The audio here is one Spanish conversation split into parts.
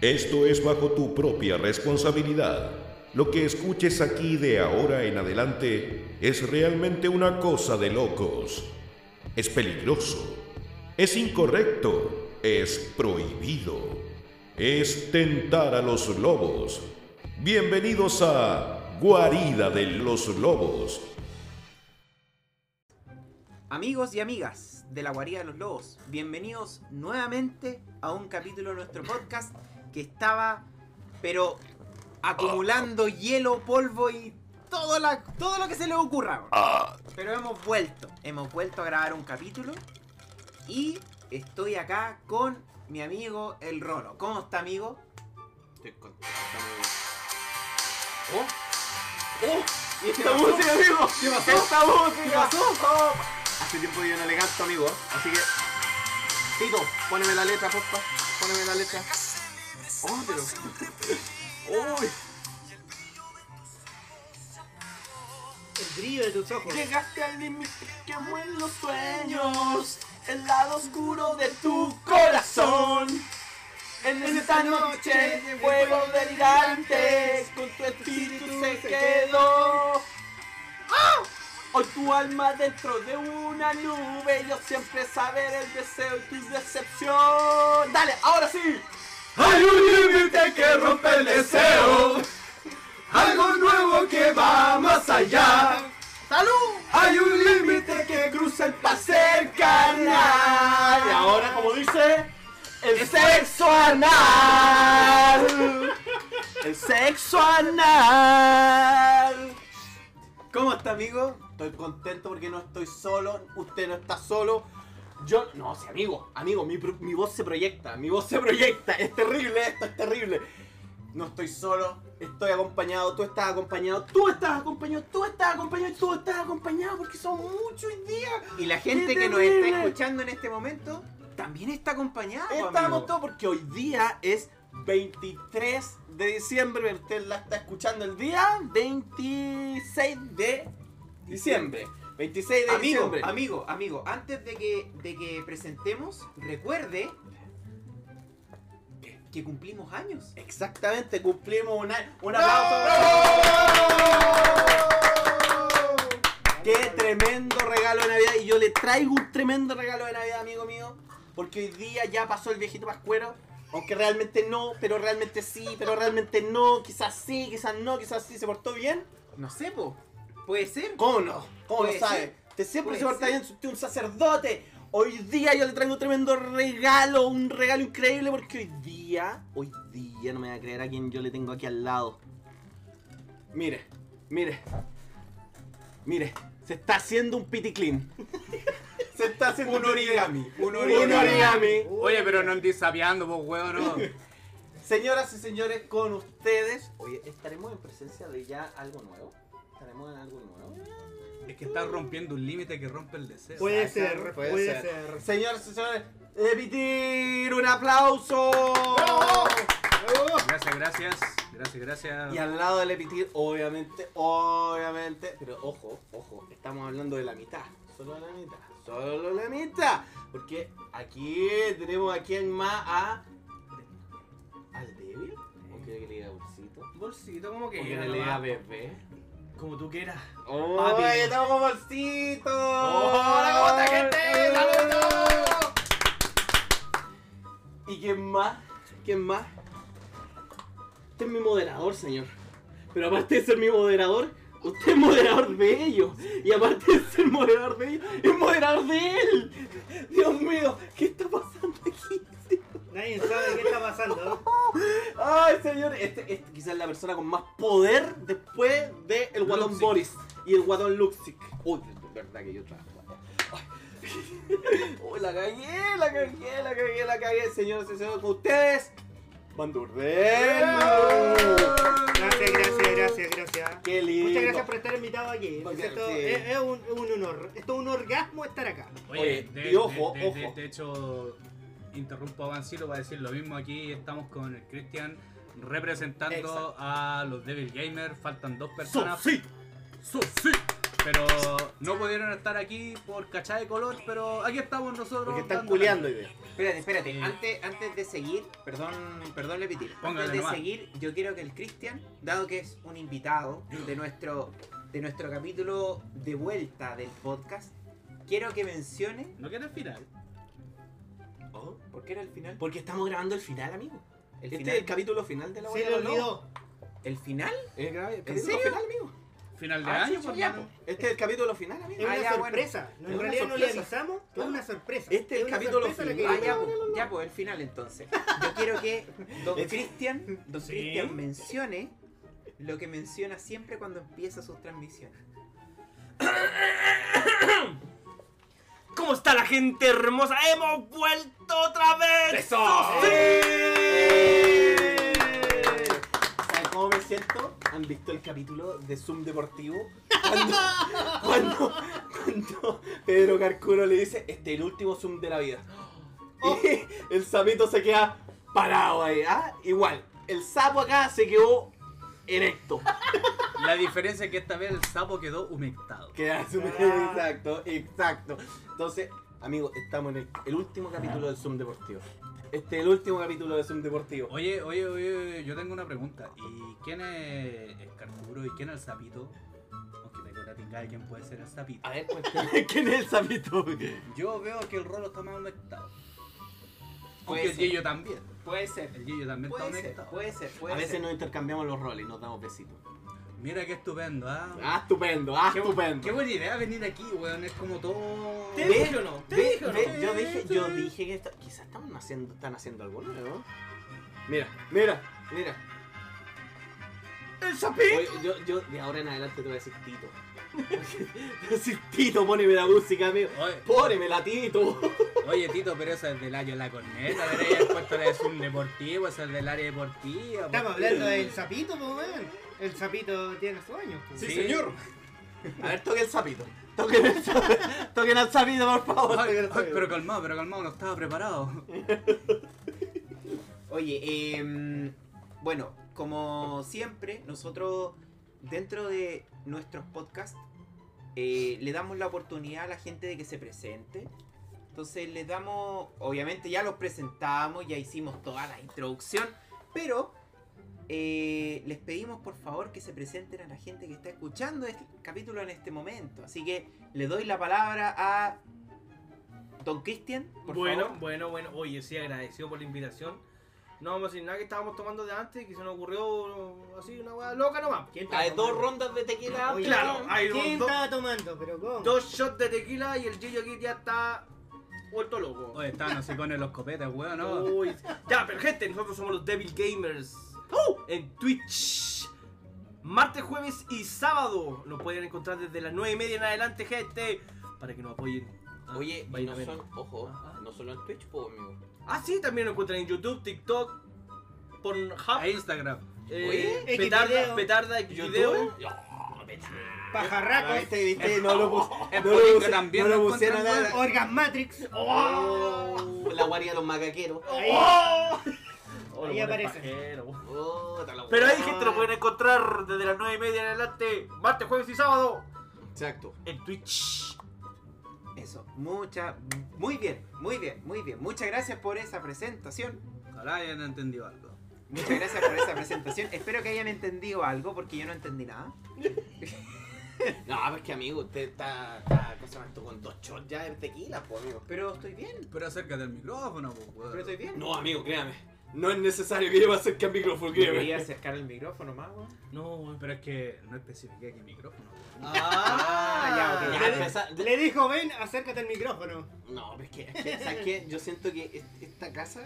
Esto es bajo tu propia responsabilidad. Lo que escuches aquí de ahora en adelante es realmente una cosa de locos. Es peligroso. Es incorrecto. Es prohibido. Es tentar a los lobos. Bienvenidos a Guarida de los Lobos. Amigos y amigas de la Guarida de los Lobos, bienvenidos nuevamente a un capítulo de nuestro podcast que estaba, pero acumulando hielo, polvo y todo, la, todo lo que se le ocurra. weón. Pero hemos vuelto, hemos vuelto a grabar un capítulo y estoy acá con mi amigo el Rolo. ¿Cómo está, amigo? Estoy contento. ¿Y Oh, ¡Esta música, amigo! ¿Qué pasó? ¡Esta música! ¿Qué pasó? Oh. Hace este tiempo que yo no le canto, amigo. Así que. Tito, poneme la letra, porfa. Poneme la letra. ¡Oh, pero! ¡Uy! El brillo de tus ojos. Llegaste al límite que mueren los sueños. El lado oscuro de tu corazón. En esta noche de juegos delirantes, con tu espíritu se quedó. ¡Ah! Hoy tu alma dentro de una nube, yo siempre saber el deseo y tu decepción. Dale, ahora sí. Hay un límite que rompe el deseo, algo nuevo que va más allá. ¡Salud! Hay un límite que cruza el placer carnal. Y ahora, como dice, el sexo anal. El sexo anal. ¿Cómo está, amigo? Estoy contento porque no estoy solo. Usted no está solo. Yo, no, sí, amigo, amigo, mi, pro- mi voz se proyecta, mi voz se proyecta, es terrible esto, es terrible. No estoy solo, estoy acompañado, tú estás acompañado, tú estás acompañado, tú estás acompañado, y tú estás acompañado porque son muchos hoy día. Y la gente ¡Qué que nos está terrible! escuchando en este momento también está acompañada. po, amigo. Estamos todos porque hoy día es 23 de diciembre. Usted la está escuchando el día 26 de diciembre. 26 de Amigo, diciembre. amigo, amigo, antes de que, de que presentemos, recuerde que cumplimos años. Exactamente, cumplimos un año. Un ¡Bravo! aplauso. Qué tremendo regalo de Navidad. Y yo le traigo un tremendo regalo de Navidad, amigo mío. Porque hoy día ya pasó el viejito pascuero. Aunque realmente no, pero realmente sí, pero realmente no. Quizás sí, quizás no, quizás sí. ¿Se portó bien? No sé, po. Puede ser. ¿Cómo no? ¿Cómo Puede lo sabe? ser. Usted siempre Puede se porta ser. bien, usted es un sacerdote. Hoy día yo le traigo un tremendo regalo, un regalo increíble porque hoy día, hoy día no me voy a creer a quien yo le tengo aquí al lado. Mire, mire, mire, se está haciendo un piticlin. se está haciendo un origami. Un origami. origami. Oye, pero no andes sapeando, pues, weón, no. Señoras y señores, con ustedes. Oye, ¿estaremos en presencia de ya algo nuevo? ¿Estaremos en algo nuevo? Es que estás rompiendo un límite que rompe el deseo. Pues Puede ser, puede, ser. Señoras y señores, repetir un aplauso. Gracias, gracias. Gracias, gracias. Y al lado del Epitir, obviamente, obviamente, pero ojo, ojo, estamos hablando de la mitad, solo la mitad, solo la mitad, porque aquí tenemos a quien más a... ¿Al débil? ¿O quiere que le diga bolsito? ¿O Bolsito, como que. quiere que le diga bebé? Como tú quieras. ¡Oh, Papi. estamos con Eh. bolsito! ¡Hola, ¿cómo está, gente? ¡Saludos! ¿Y quién más? ¿Quién más? Usted es mi moderador, señor. Pero aparte de ser mi moderador, usted es moderador de ellos. Y aparte de ser moderador de ellos, es moderador de él. Dios mío, ¿qué está pasando aquí? Nadie sabe qué está pasando. Ay, señor, este, este quizás es la persona con más poder después de el guatón Luxic. Boris y el guatón Luxic. Uy, de verdad que yo trabajo. Ay. Uy, la cagué, la cagué, la cagué, la cagué, señores y señores, con ustedes, Bandurdel. Gracias, gracias, gracias, gracias. Qué lindo. Muchas gracias por estar invitado aquí. Porque Esto sí. es, es un, un honor. Esto es un orgasmo estar acá. Oye, de, y ojo, de- de- ojo. de hecho, interrumpo a Vancilo para decir lo mismo aquí. Estamos con el Cristian representando Exacto. a los Devil Gamers. Faltan dos personas. Sofí, ¡Sofi! Pero no pudieron estar aquí por cachá de color, pero aquí estamos nosotros. Porque están dando culeando, idea. Espérate, espérate. Sí. Antes, antes de seguir, perdón, perdón, le pití. Antes Póngale de nomás. seguir, yo quiero que el Cristian, dado que es un invitado de nuestro, de nuestro capítulo de vuelta del podcast, quiero que mencione. la- ¿No quieres final? Oh, ¿Por qué era el final? porque estamos grabando el final, amigo. El este final. es el capítulo final de la Se Guardia le de los Lobos. olvidó. ¿El final? pues Es grave, el ¿En capítulo serio? final, amigo. Final de Ah, año, sí, por ya, mano. po. Este es el capítulo final, amigo. Es una Ah, ya, bueno. sorpresa. No, Es en una realidad no le sorpresa. avisamos, pero es Claro. una sorpresa. Este es el una capítulo sorpresa la que final. Ah, le ya, damos. pues, ya, pues, el final entonces. Yo quiero que Don Cristian don Sí. Cristian mencione lo que menciona siempre cuando empieza sus transmisiones. ¿Cómo está la gente hermosa? ¡Hemos vuelto otra vez! ¡Sí! ¿Sabes cómo me siento? ¿Han visto el capítulo de Zoom Deportivo? Cuando, cuando, cuando Pedro Carcuro le dice, este es el último Zoom de la vida. Y el sapito se queda parado ahí, ¿ah? Igual, el sapo acá se quedó erecto. pues, La diferencia es que esta vez el sapo quedó humectado. Queda súper- Ah. Exacto, exacto. Entonces, amigos, estamos en el, el último capítulo del Zoom Deportivo. Este es el último capítulo del Zoom Deportivo. Oye, oye, oye, oye, yo tengo una pregunta. ¿Y quién es el carnívoro y quién es el sapito? Aunque tengo la tinga de quién puede ser el sapito. A ver, cuéntame, ¿quién es el sapito? Yo veo que el rolo está más humectado. Puede Aunque el ser. Yeyo también. Puede ser. El Yeyo también está Puede ser, humectado. puede ser, puede A veces ser. nos intercambiamos los roles y nos damos besitos. Mira qué estupendo, ¿ah? Ah, estupendo, ah, Qué bu- estupendo. Qué buena idea venir aquí, weón. Es como todo. ¿Te Ve- dije o no? Ve, ve, yo dije, yo dije que esta- quizás estamos haciendo, están haciendo algo nuevo. Mira, mira, mira. ¡El sapito! Oye, yo, yo de ahora en adelante te voy a decir Tito. Te voy a decir Tito, poneme la música, amigo. Oye, Póneme la Tito. oye, Tito, pero eso es del año de la corneta. Debería haber puesto la de Zoom deportivo, eso es del área deportiva. Estamos po. hablando del sapito, pues, weón. El sapito tiene sueños. pues. Sí. señor. A ver, toquen el sapito. Toquen el sapito, toquen al sapito, por favor. Ay, toquen al ay, sapito. pero calmado, pero calmado, no estaba preparado. Oye, em, bueno, como siempre, nosotros dentro de nuestros podcasts eh, le damos la oportunidad a la gente de que se presente. Entonces les damos, obviamente ya los presentamos, ya hicimos toda la introducción, pero eh, les pedimos por favor que se presenten a la gente que está escuchando este capítulo en este momento. Así que le doy la palabra a Don Cristian. por Bueno, favor. bueno, bueno. Oye, sí, agradecido por la invitación. No vamos a decir nada que estábamos tomando de antes, que se nos ocurrió así una hueá loca nomás. ¿Quién está Hay dos tomando? rondas de tequila. Oye, Claro, hay ¿Quién dos- estaba tomando? ¿Pero cómo? Dos shots de tequila y el Gillo aquí ya está vuelto loco. Oye, estaban así con los copetes, weón, ¿no? Uy, ya, pero gente, nosotros somos los Devil Gamers. En Twitch. Martes, jueves y sábado. Nos pueden encontrar desde las 9 y media en adelante, gente. Para que nos apoyen. Ah, Oye, y vayan a no ver. son, ojo, no solo en Twitch, po, amigo. Ah, sí, también nos encuentran en YouTube, TikTok, A Pornhub, Instagram. eh, Oye, Petarda, Xvideo. Petarda, Video. Pajarracos. Ah, viste, viste, no lo puse. En No Polito lo puse, también no lo nos pusieron encuentran, nada. Organ Matrix. Oh, la guardia de los macaqueros. Ahí. Oh, Ahí lo aparece. pajero. Oh, está la Pero ahí, guardia. gente, lo pueden encontrar desde las 9 y media en adelante. Martes, jueves y sábado. Exacto. En Twitch. Eso, mucha, muy bien, muy bien, muy bien. Muchas gracias por esa presentación. Ojalá hayan entendido algo. Muchas gracias por esa presentación. Espero que hayan entendido algo porque yo no entendí nada. No, pero es que amigo, usted está, está ¿cómo se llama esto? con dos shots ya de tequila, po, amigo. Pero estoy bien, Pero acércate del micrófono, pues, weón. pero estoy bien. No, amigo, créame. No es necesario que yo me acerque al micrófono, Me créame. quería acercar el micrófono más, weón. No, weón, pero es que no especifiqué que micrófono, weón. Ah, ya, ok. Ya, empezá- le- Le dijo, ven, acércate al micrófono. No, pero es que, es que, ¿sabes qué? Yo siento que est- esta casa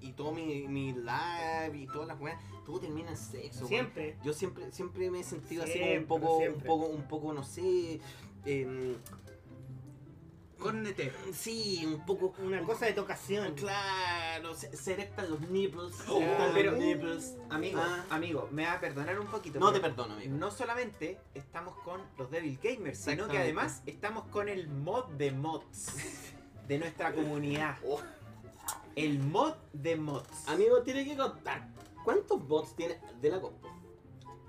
y todo mi, mi live y todas las weas, todo termina en sexo. weón. Siempre. Yo siempre, siempre me he sentido así como Siempre, un poco, un siempre. poco, un poco, no sé. em, Cornetero. sí, un poco. Una cosa de tocación. Claro, se, se erectan los nipples. se Oh, erectan pero- los nipples. Amigo, Ah. amigo, me va a perdonar un poquito. No te pero perdono, amigo. No solamente estamos con los Devil Gamers, sino que Exactamente. además estamos con el mod de mods de nuestra comunidad. Oh. El mod de mods. ah, Amigo, tiene que contar. ¿Cuántos bots tiene de la compu?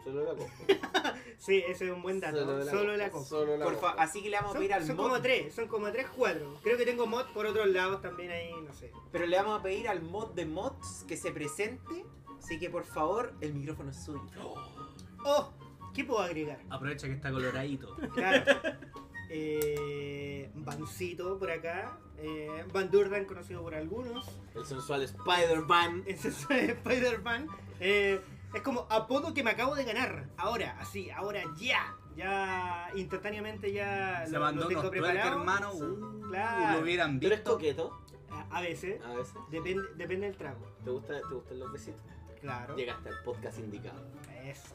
Solo la copa. Sí, ese es un buen dato. Solo, la copa. copa. Solo la Porfa, copa. así que le vamos a Son, pedir al son mod. como tres, son como tres, cuatro. Creo que tengo mod por otros lados también ahí, no sé. Pero le vamos a pedir al mod de mods que se presente. Así que por favor, el micrófono es suyo. Oh, ¿qué puedo agregar? Aprovecha que está coloradito. Claro. Eh, Bancito por acá. Eh, Van Durden, conocido por algunos. El sensual Spider-Man. Ese es Spider-Man. Eh, es como apodo que me acabo de ganar. Ahora, así, ahora ya. Ya, instantáneamente ya Se lo, lo mandó tengo unos tuerca, preparado. hermano. Sí, Uh, claro. Ah, Lo hubieran ¿Tú eres visto. coqueto? A- A veces. A veces. Depende, depende del trago. ¿Te, gusta, ¿Te gustan los besitos? Claro. Llegaste al podcast indicado. Eso.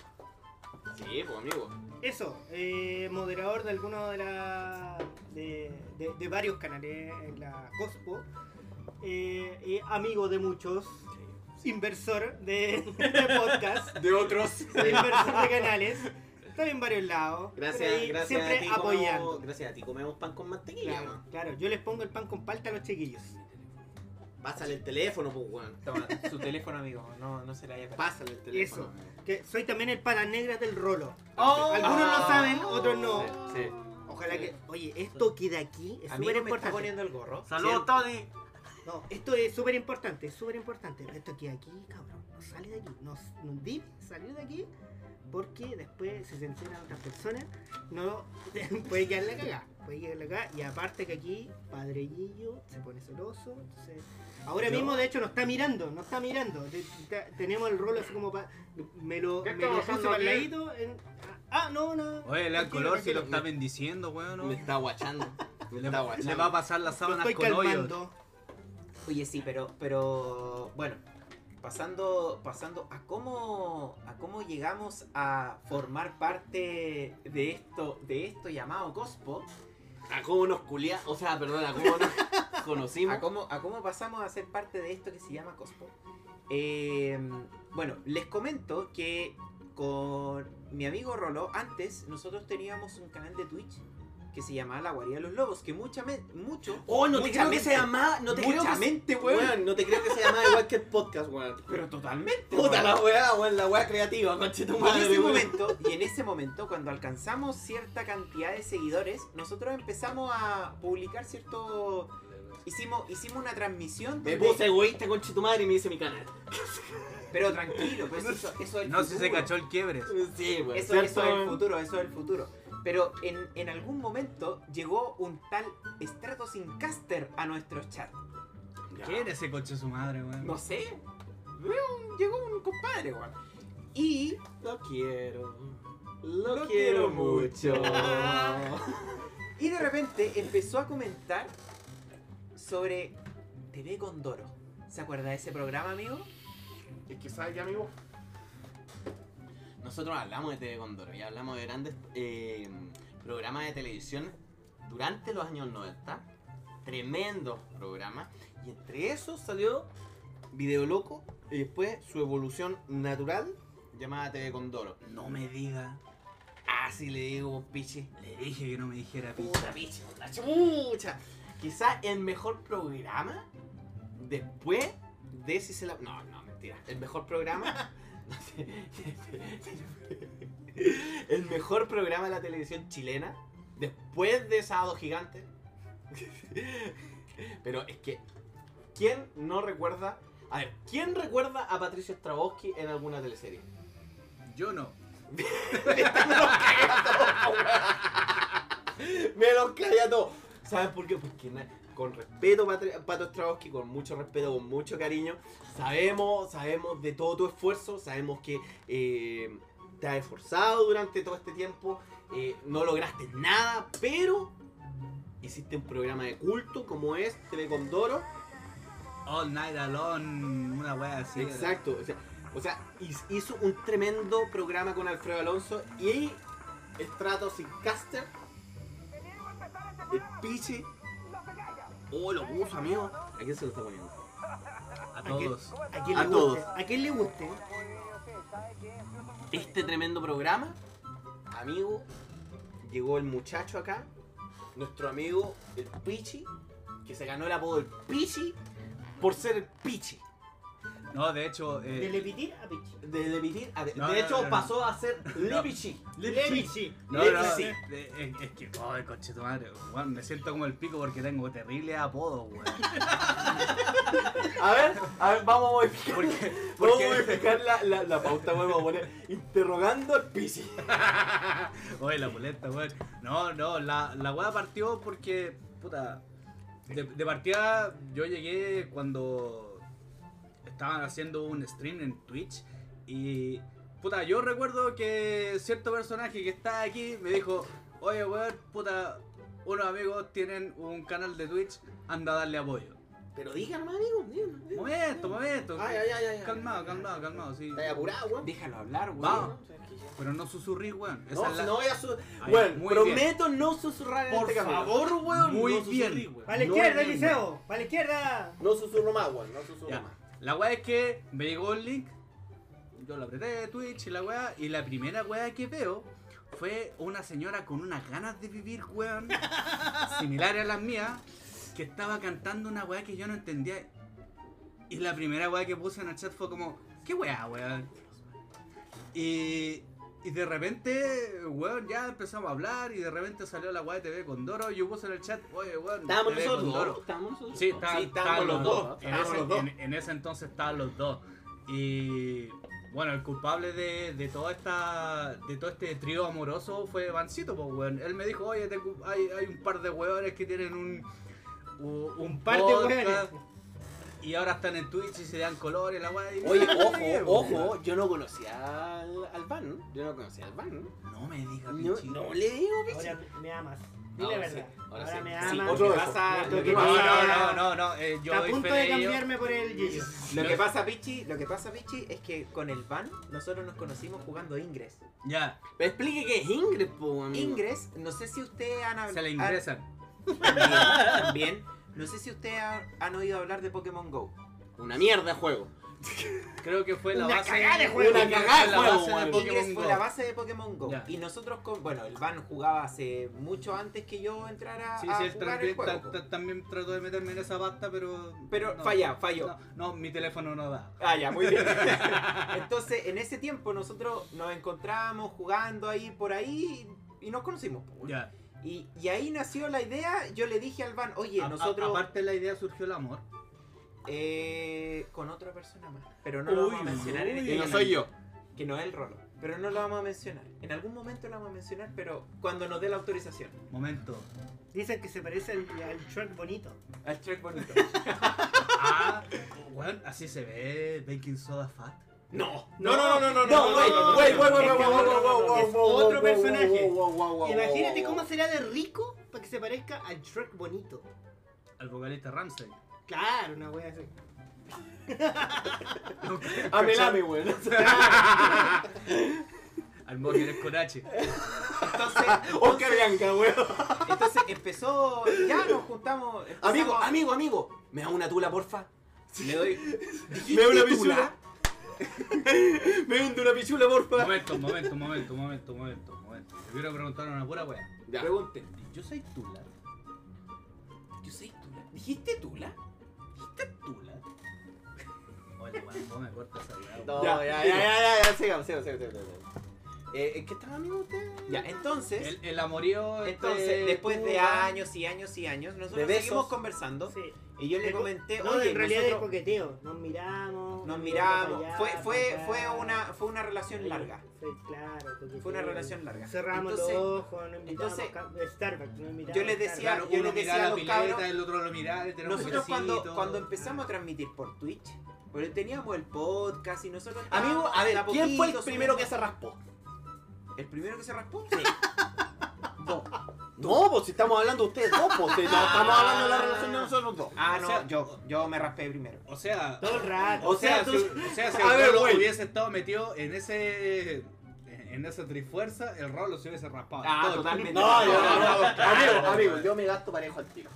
Sí, pues amigo. Eso, eh, moderador de alguno de, la, de, de- de varios canales en la Cospo, eh, y amigo de muchos, inversor de, de podcast, De otros. inversor de canales, está en varios lados, Gracias, pero ahí gracias siempre a ti apoyando. comemos- gracias a ti comemos pan con mantequilla, Claro, claro, yo les pongo el pan con palta a los chiquillos. weón. Pásale el teléfono, pues weón. Toma, su teléfono, amigo. No, no se la haya perdido. Pásale el teléfono. Eso. weón. Que soy también el palas negras del rolo. ¡Oh! Algunos Ah. lo saben, otros no. Sí. sí. Ojalá que. Oye, esto queda aquí es Amigo, súper me está importante. poniendo el gorro. Saludos, Tony. No, esto es súper importante, es súper importante. Esto que aquí, cabrón, no sale de aquí. No, no debe salir de aquí porque después si se enteran otras personas, no puede quedar la cagada. Puede quedar la cagada. Y aparte que aquí, padrellillo se pone celoso. entonces- Ahora mismo, de hecho, no está mirando, no está mirando. Te- te- tenemos el rolo así como para... Me lo, ¿Qué me lo estamos puse haciendo para el aquí? ladito. en- ah, no, no. Oye, le dan Tranquilo, color si lo tranquilo. está bendiciendo, weón. ¿no? Me está guachando. Me Le, está va- guachando. le va a pasar las Lo sábanas estoy con calmando. hoyos. Oye, sí, pero, pero bueno, pasando, pasando a cómo, a cómo llegamos a formar parte de esto, de esto llamado Cospo, ¿A cómo nos culia? O sea, perdón, ¿a cómo nos conocimos? a cómo, a cómo pasamos a ser parte de esto que se llama Cospo. Eh, bueno, les comento que con mi amigo Roló, antes nosotros teníamos un canal de Twitch que se llamaba La Guarida de los Lobos, que mucha men- mucho, Oh, no te mucha creo que mente, se llamaba. No te creo mucha que se- mente, weón. Weón, no te creo que se llamaba igual que el podcast, weón. Pero totalmente. Puta weón. la weá, weón, la weá creativa, conche tu Y en madre. ese weón. momento, y en ese momento, cuando alcanzamos cierta cantidad de seguidores, nosotros empezamos a publicar cierto. Hicimos, hicimos una transmisión. Me donde- puse egoísta, conche tu madre, y me hice mi canal. Pero tranquilo, pues eso, eso es el No sé si se futuro. cachó el quiebre. Sí, weón. Eso, eso es el futuro, eso es el futuro. Pero en, en algún momento llegó un tal Stratosincaster a nuestro chat. ¿Quién es ese coche su madre, weón? No sé. weón, Llegó un compadre, weón. Y Lo quiero. Lo, Lo quiero quiero mucho. Oh. Y de repente empezó a comentar sobre TV Condoro. ¿Se acuerda de ese programa, amigo? Es que sabes ya, amigo. Nosotros hablamos de TV Condoro y hablamos de grandes eh, programas de televisión durante los años 90. Tremendos programas. Y entre esos salió Video Loco y después su evolución natural llamada TV Condoro. No me diga. Así Ah, le digo, pichi. Le dije que no me dijera pizza. Puta pichi, la chucha. Quizá el mejor programa después de si se la. No, no, mentira. El mejor programa. el mejor programa de la televisión chilena después de Sábado Gigante. Pero es que. ¿Quién no recuerda? A ver, ¿quién recuerda a Patricio Straboski en alguna teleserie? Yo no. Me los calla todo. ¿Sabes por qué? Porque na- con respeto, Patri- Pato Strahovski, con mucho respeto, con mucho cariño, sabemos, sabemos de todo tu esfuerzo, sabemos que eh, te has esforzado durante todo este tiempo, eh, no lograste nada, pero hiciste un programa de culto como es TV Condoro. All night alone. Una wea así. era. Exacto. O sea, o sea, his- hizo un tremendo programa con Alfredo Alonso y Stratos y Caster. El Pichi. Oh, lo puso, amigo. ¿A quién se lo está poniendo? A todos. ¿A quién A le guste? todos. ¿A quién le guste? Este tremendo programa, amigo, llegó el muchacho acá, nuestro amigo, el Pichi, que se ganó el apodo del Pichi por ser el Pichi. No, de hecho, De eh, Lepitir a Pichi. De, de emitir a- de No, no, hecho, no, no. pasó a ser Lipichi. Lepichi. no, no, Sí. eh, eh, es que, oh, coche tu madre, weón, me siento como el pico porque tengo terribles apodos, weón. A ver, a ver, vamos a modificar. Porque, Vamos a porque, modificar la, la, la pauta, weón. Vamos a poner interrogando al Pichi. oye, la puleta, weón. No, no, la, la weá partió porque, puta, de, de partida yo llegué cuando estaban haciendo un stream en Twitch y, puta, yo recuerdo que cierto personaje que está aquí me dijo, oye, weón, puta, unos amigos tienen un canal de Twitch, anda a darle apoyo. Pero digan, amigo. Ah, digan, digan. Momento, momento. Ay, ay, ay, ay, ay. Calmado, calmado, calmado, sí. Está apurado, weón. Déjalo hablar, weón. Vamos. Pero no susurrís, weón. Esa No, es si la- no voy a su... Ahí, Weón, muy bien. prometo no susurrar en Por este camino. favor, weón. Muy no bien. susurrí, weón. Para la No izquierda, es bien, weón. Eliseo. Para la izquierda. No susurro más, weón. No susurro Ya. más. La weá es que me llegó el link. Yo lo apreté de Twitch y la weá. Y la primera weá que veo fue una señora con unas ganas de vivir, weón. similares a las mías. Que estaba cantando una weá que yo no entendía. Y la primera weá que puse en el chat fue como, ¿qué weá, weón? Y, y de repente, weón, ya empezamos a hablar. Y de repente salió la weá de TV Condoro. Y yo puse en el chat, oye, weón, Estábamos TV nosotros, Condoro". ¿no? Estábamos nosotros. Sí, estaban, Sí, estaban los dos. En, Estábamos ese, los dos. en- en ese entonces estaban los dos. Y bueno, el culpable de, de toda esta de todo este trío amoroso fue Vancito, pues weón. Él me dijo, oye, tengo- hay, hay un par de weones que tienen un un, un par de podcast hueones. Y ahora están en Twitch y se dan colores, la weá. y- Oye, Weón. ojo, ojo, yo no conocía al, al Van, yo no conocía al Van. No me digas, No, pinche. no le digo, Ahora me amas. Dile Ahora la sí, verdad. ahora Ahora, sí. me Sí, amas. otro Me beso. pasa- Lo lo que que No, no, no, pasa- no, no, eh, yo Está a doy punto fe de ello. cambiarme por el Gigi. Lo que pasa, Pichi, lo que pasa, Pichi, es que con el van nosotros nos conocimos jugando Ingress. Ya, Me explique qué es Ingrid, po, amigo. Ingress, no sé si ustedes han hablado. Mm. se le ingresan. Bien. No sé si ustedes ha- han oído hablar de Pokémon Go. Una mierda de juego. Creo que fue la Una base. cagada de juego. Creo que Una fue cagada de la juego, base weón. Pokémon Ingress fue Go. la base de Pokémon Go. Ya. Y nosotros con. Bueno, el van jugaba hace mucho antes que yo entrara Sí, a sí, él jugar también, el juego. ta- ta- también trató de meterme en esa pasta, pero. Pero no, falla, falló. No, no, mi teléfono no da. Ah, ya, muy bien. Entonces, en ese tiempo nosotros nos encontrábamos jugando ahí por ahí y nos conocimos. po, weón. Ya. Y, y ahí nació la idea, yo le dije al van, oye, A- a- nosotros aparte, la idea surgió el amor. eh, con otra persona más, pero no lo vamos a mencionar en Que este no canal, soy yo. Que no es el rolo, pero no lo vamos a mencionar. En algún momento lo vamos a mencionar, pero cuando nos dé la autorización. Momento. Dicen que se parece al, al Shrek bonito. Al track bonito. Ah, weón, así se ve Baking Soda Fat. no, No, no, no, no, No, güey, güey, güey, güey, no, güey, no, güey, güey, güey, no, no, no, güey, es güey, otro güey, personaje. güey, güey, güey, güey, Imagínate güey, cómo güey. será de rico para que se parezca al Shrek bonito. Al vocalista Ramsey. Claro, una wea así. Amelame, güey. Al Mocker es con H. Entonces, Oscar Bianca, güey. entonces empezó, ya nos juntamos. empezamos Amigo, a- amigo, amigo. ¿Me da una tula, porfa? Le doy. ¿Me da una pichula? ¿Me vende una pichula, porfa? Momento, momento, momento, momento, momento, momento. Te quiero preguntar una pura weá. Ya. Pregunte. Yo soy Tula. Yo soy Tula. ¿Dijiste Tula? Tula. Oye, weón, no me cortas esa weá. No, weón. ya, ya, ya, ya, ya, sigamos, sigamos, sigamos, sigamos, sigamos. Eh, ¿en ¿Qué estaba, amigo, usted? Ya, entonces. El, el amorío. este, Entonces, después de Tula. años y años y años, De nosotros besos. seguimos conversando Sí. y yo le De co- comenté, No, oye, en realidad es nosotros coqueteo. Nos miramos. nos miramos miramos, para allá, fue, para fue, fue, acá. una, fue una relación larga, Fue, claro, coqueteo. fue una relación larga. Cerramos Entonces, los ojos, no invitamos entonces, ca- Starbucks, no invitamos yo les Starbucks. decía- Claro, yo uno les decía mira a la los pileta, cabros, el otro lo mira, el tenemos nosotros cuando, besito. cuando empezamos a transmitir por Twitch, porque teníamos el podcast y nosotros... Amigo, estábamos a ver, de ¿quién fue el poquito primero que subiendo- se raspó? ¿El primero que se raspó? Sí. Vos. No, pues si estamos hablando de ustedes dos, pues si no estamos hablando de la relación de nosotros dos. Ah, O no, sea- yo, yo me raspé primero. O sea, Todo el rato. o sea, tú- si, o sea, si A el ver, rolo güey. hubiese estado metido en ese en esa trifuerza, el rolo se hubiese raspado. Ah, Todo. totalmente. No, no, no, no. Amigo, amigo, yo me gasto parejo al tiro.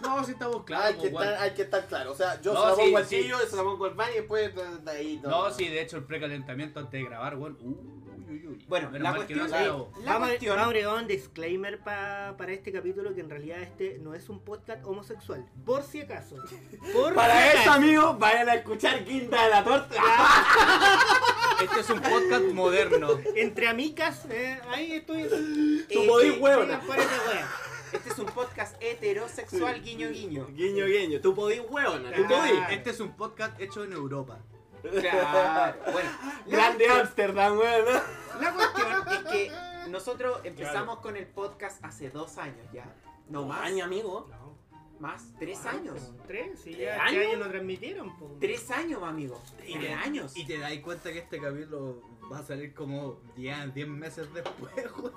No, si estamos hay, claros. que pues, weón. estar, hay que estar claro. O sea, yo No, se la sí, pongo al sí. tío, se la pongo al van y después pues, de de ahí. No, sí, de hecho el precalentamiento antes de grabar, weón. Uy, uy, uy, uy. Bueno, Menos la mal que no cuestión se grabó. es. La Vamos a- cuestión. vamos a agregar un disclaimer pa- para este capítulo que en realidad este no es un podcast homosexual. Por si acaso. Por si Para eso, acaso. amigos, vayan a escuchar Quinta de la Torta. Ah, Este es un podcast moderno. Entre amicas, eh, ahí estoy. eh, podés, eh, huevona. Sigan por esa wea. Este es un podcast heterosexual, guiño guiño. Guiño, guiño. Tú podís, huevona. Tú Claro. Ah. podís. Este es un podcast hecho en Europa. Claro. Bueno, ah. la Grande cuestión- Ámsterdam, weón. La cuestión es que nosotros empezamos con el podcast hace dos años ya. No más. Año, amigo. Más. Tres años. Tres, sí, ya. ¿Tres ¿Qué año lo transmitieron? po? Tres años, amigo. Tres años. Y te das cuenta que este capítulo va a salir como 10 10 meses después, güey.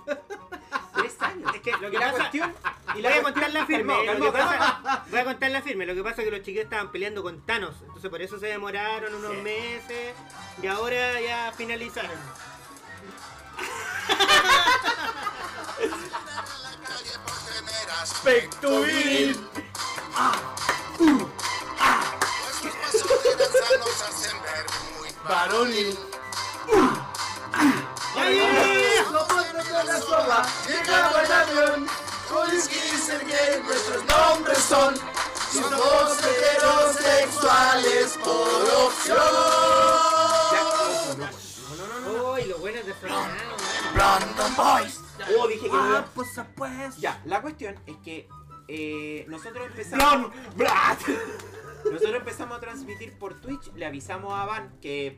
Tres años. Es que lo que la pasa- cuestión. Y Voy la a cuestión- contar la firme. Calmao, lo que calmao, calmao. pasa- voy a contar la firme. Lo que pasa es que los chiquillos estaban peleando con Thanos. Entonces por eso se demoraron unos meses. Y ahora ya finalizaron. Pectoril. Nuestros pasos de danza nos hacen ver muy varonil. Llegaba el avión. Kolinsky y Sergei, nuestros nombres son. Somos heterosexuales por opción. Uy, lo bueno es de Fernando. Brandon Boys. Oh, dije que no. Ya, la cuestión es que eh, nosotros empezamos. Blon, Brad. Nosotros empezamos a transmitir por Twitch, le avisamos a Van que,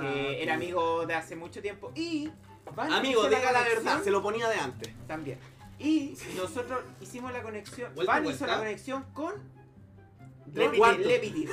que era amigo de hace mucho tiempo y Van Amigo, hizo la diga la conexión verdad. Se lo ponía de antes. también. Y nosotros hicimos la conexión, Vuelta, Van vuelta. hizo la conexión con Lepitir. Don Lepitir.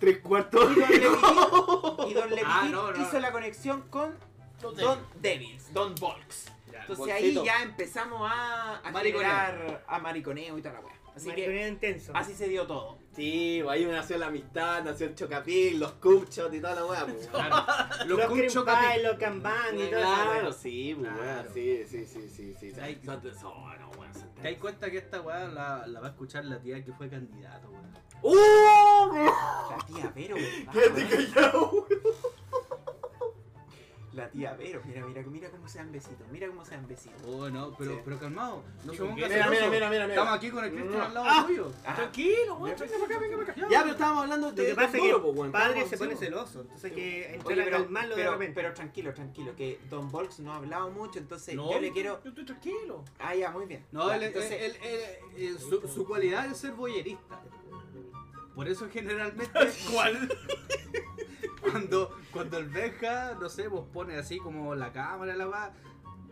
Tres cuartos. Y Don Lepitir, y Don Lepitir Ah, no, no. hizo la conexión con Don Devils, Don Volks. Entonces ahí ya empezamos a, a Mariconeo. generar a mariconeo y toda la wea. Así que Mariconeo intenso. ah, así se dio todo. Sí, pues ahí nació la amistad, nació el chocapil, los cupchos y toda la weá, pues. weón. Los Los cream cuchos pie, los cambang y todo Claro, eso. sí, pues, weón, Claro. sí, sí, sí, sí, sí. Ahí- Son- son- oh, no, weón, son- ¿Te das cuenta que esta weá la, la va a escuchar la tía que fue candidata, weón? ¡Uh! La tía Vero. ¿verdad? ¿Qué te callado? La tía Vero, mira, mira, mira cómo se dan besitos, mira cómo se dan besitos. Oh, no, pero, Sí. pero calmado. No somos Mira, caserosos. mira, mira, mira, mira. Estamos aquí con el Cristian al lado tuyo. Tranquilo, weón, tranquilo, acá, venga, acá. Ya, pero estábamos hablando Lo de que pasa es duro, que pues, el weón, padre estamos se pone encima. celoso. Entonces hay que entrar Oye, a pero, calmarlo de pero, repente. pero tranquilo, tranquilo, que Don Volks no ha hablado mucho, entonces No, yo le quiero... Yo estoy tranquilo. Ah, ya, muy bien. No, Ya, él- entonces, él- él- él- su, su cualidad es ser boyerista. Por eso generalmente. ¿Cuál? cuando, cuando el Benja, no sé, vos pone así como la cámara, la va.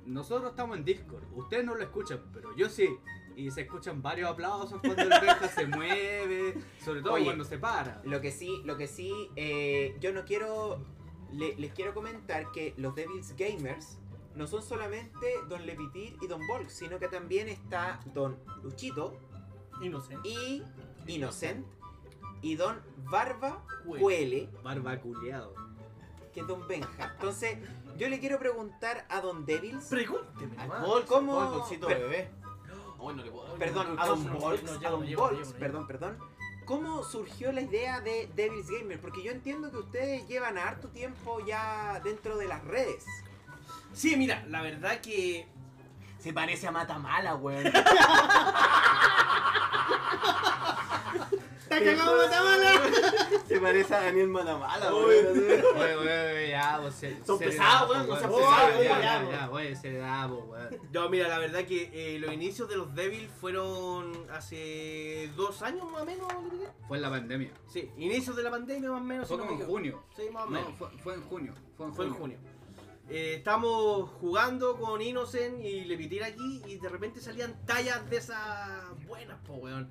Nosotros estamos en Discord. Ustedes no lo escuchan, pero yo sí. Y se escuchan varios aplausos cuando el Benja se mueve, sobre todo Oye. cuando se para. lo que sí, lo que sí, eh, yo no quiero... le- les quiero comentar que los Devils Gamers no son solamente Don Lepitir y Don Volks, sino que también está Don Luchito Inocente. y Innocent y Don Barba Cuele. Cuele. Barbaculeado. que es Don Benja. Entonces, yo le quiero preguntar a Don Devils. Pregúnteme, Ah, nomás. ¿Cómo? Oh, el bolsito per- bebé. Oh, no le puedo dar. perdón, No, a no, Don no, no, no, Volks, llevo, a Don no, llevo, no, Volks, llevo, no, perdón, perdón. ¿Cómo surgió la idea de Devils Gamer? Porque yo entiendo que ustedes llevan harto tiempo ya dentro de las redes. llevo. Sí, mira, la verdad que. Se parece a Matamala, weón. ¡Está cagado Matamala! Se parece a Daniel Matamala, Oye, oye, oye, Eh, ya, vos se, Son se pesados, da, pues, weón, no po, sean weón. pesados, Ya, weón, ya, ya, ya, oye, se da, po, weón. No, mira, la verdad que. Eh, los inicios de los Devils fueron hace dos años más o menos. ¿no te diría? Fue en la pandemia. Sí, inicios de la pandemia más o menos. Fue si no como me en equivoco. junio. Sí, más o No, menos. fue, fue en junio. Fue en Fue en junio. junio. Eh, estamos jugando con Innocent y Lepitir aquí y de repente salían tallas de esas buenas, po, weón.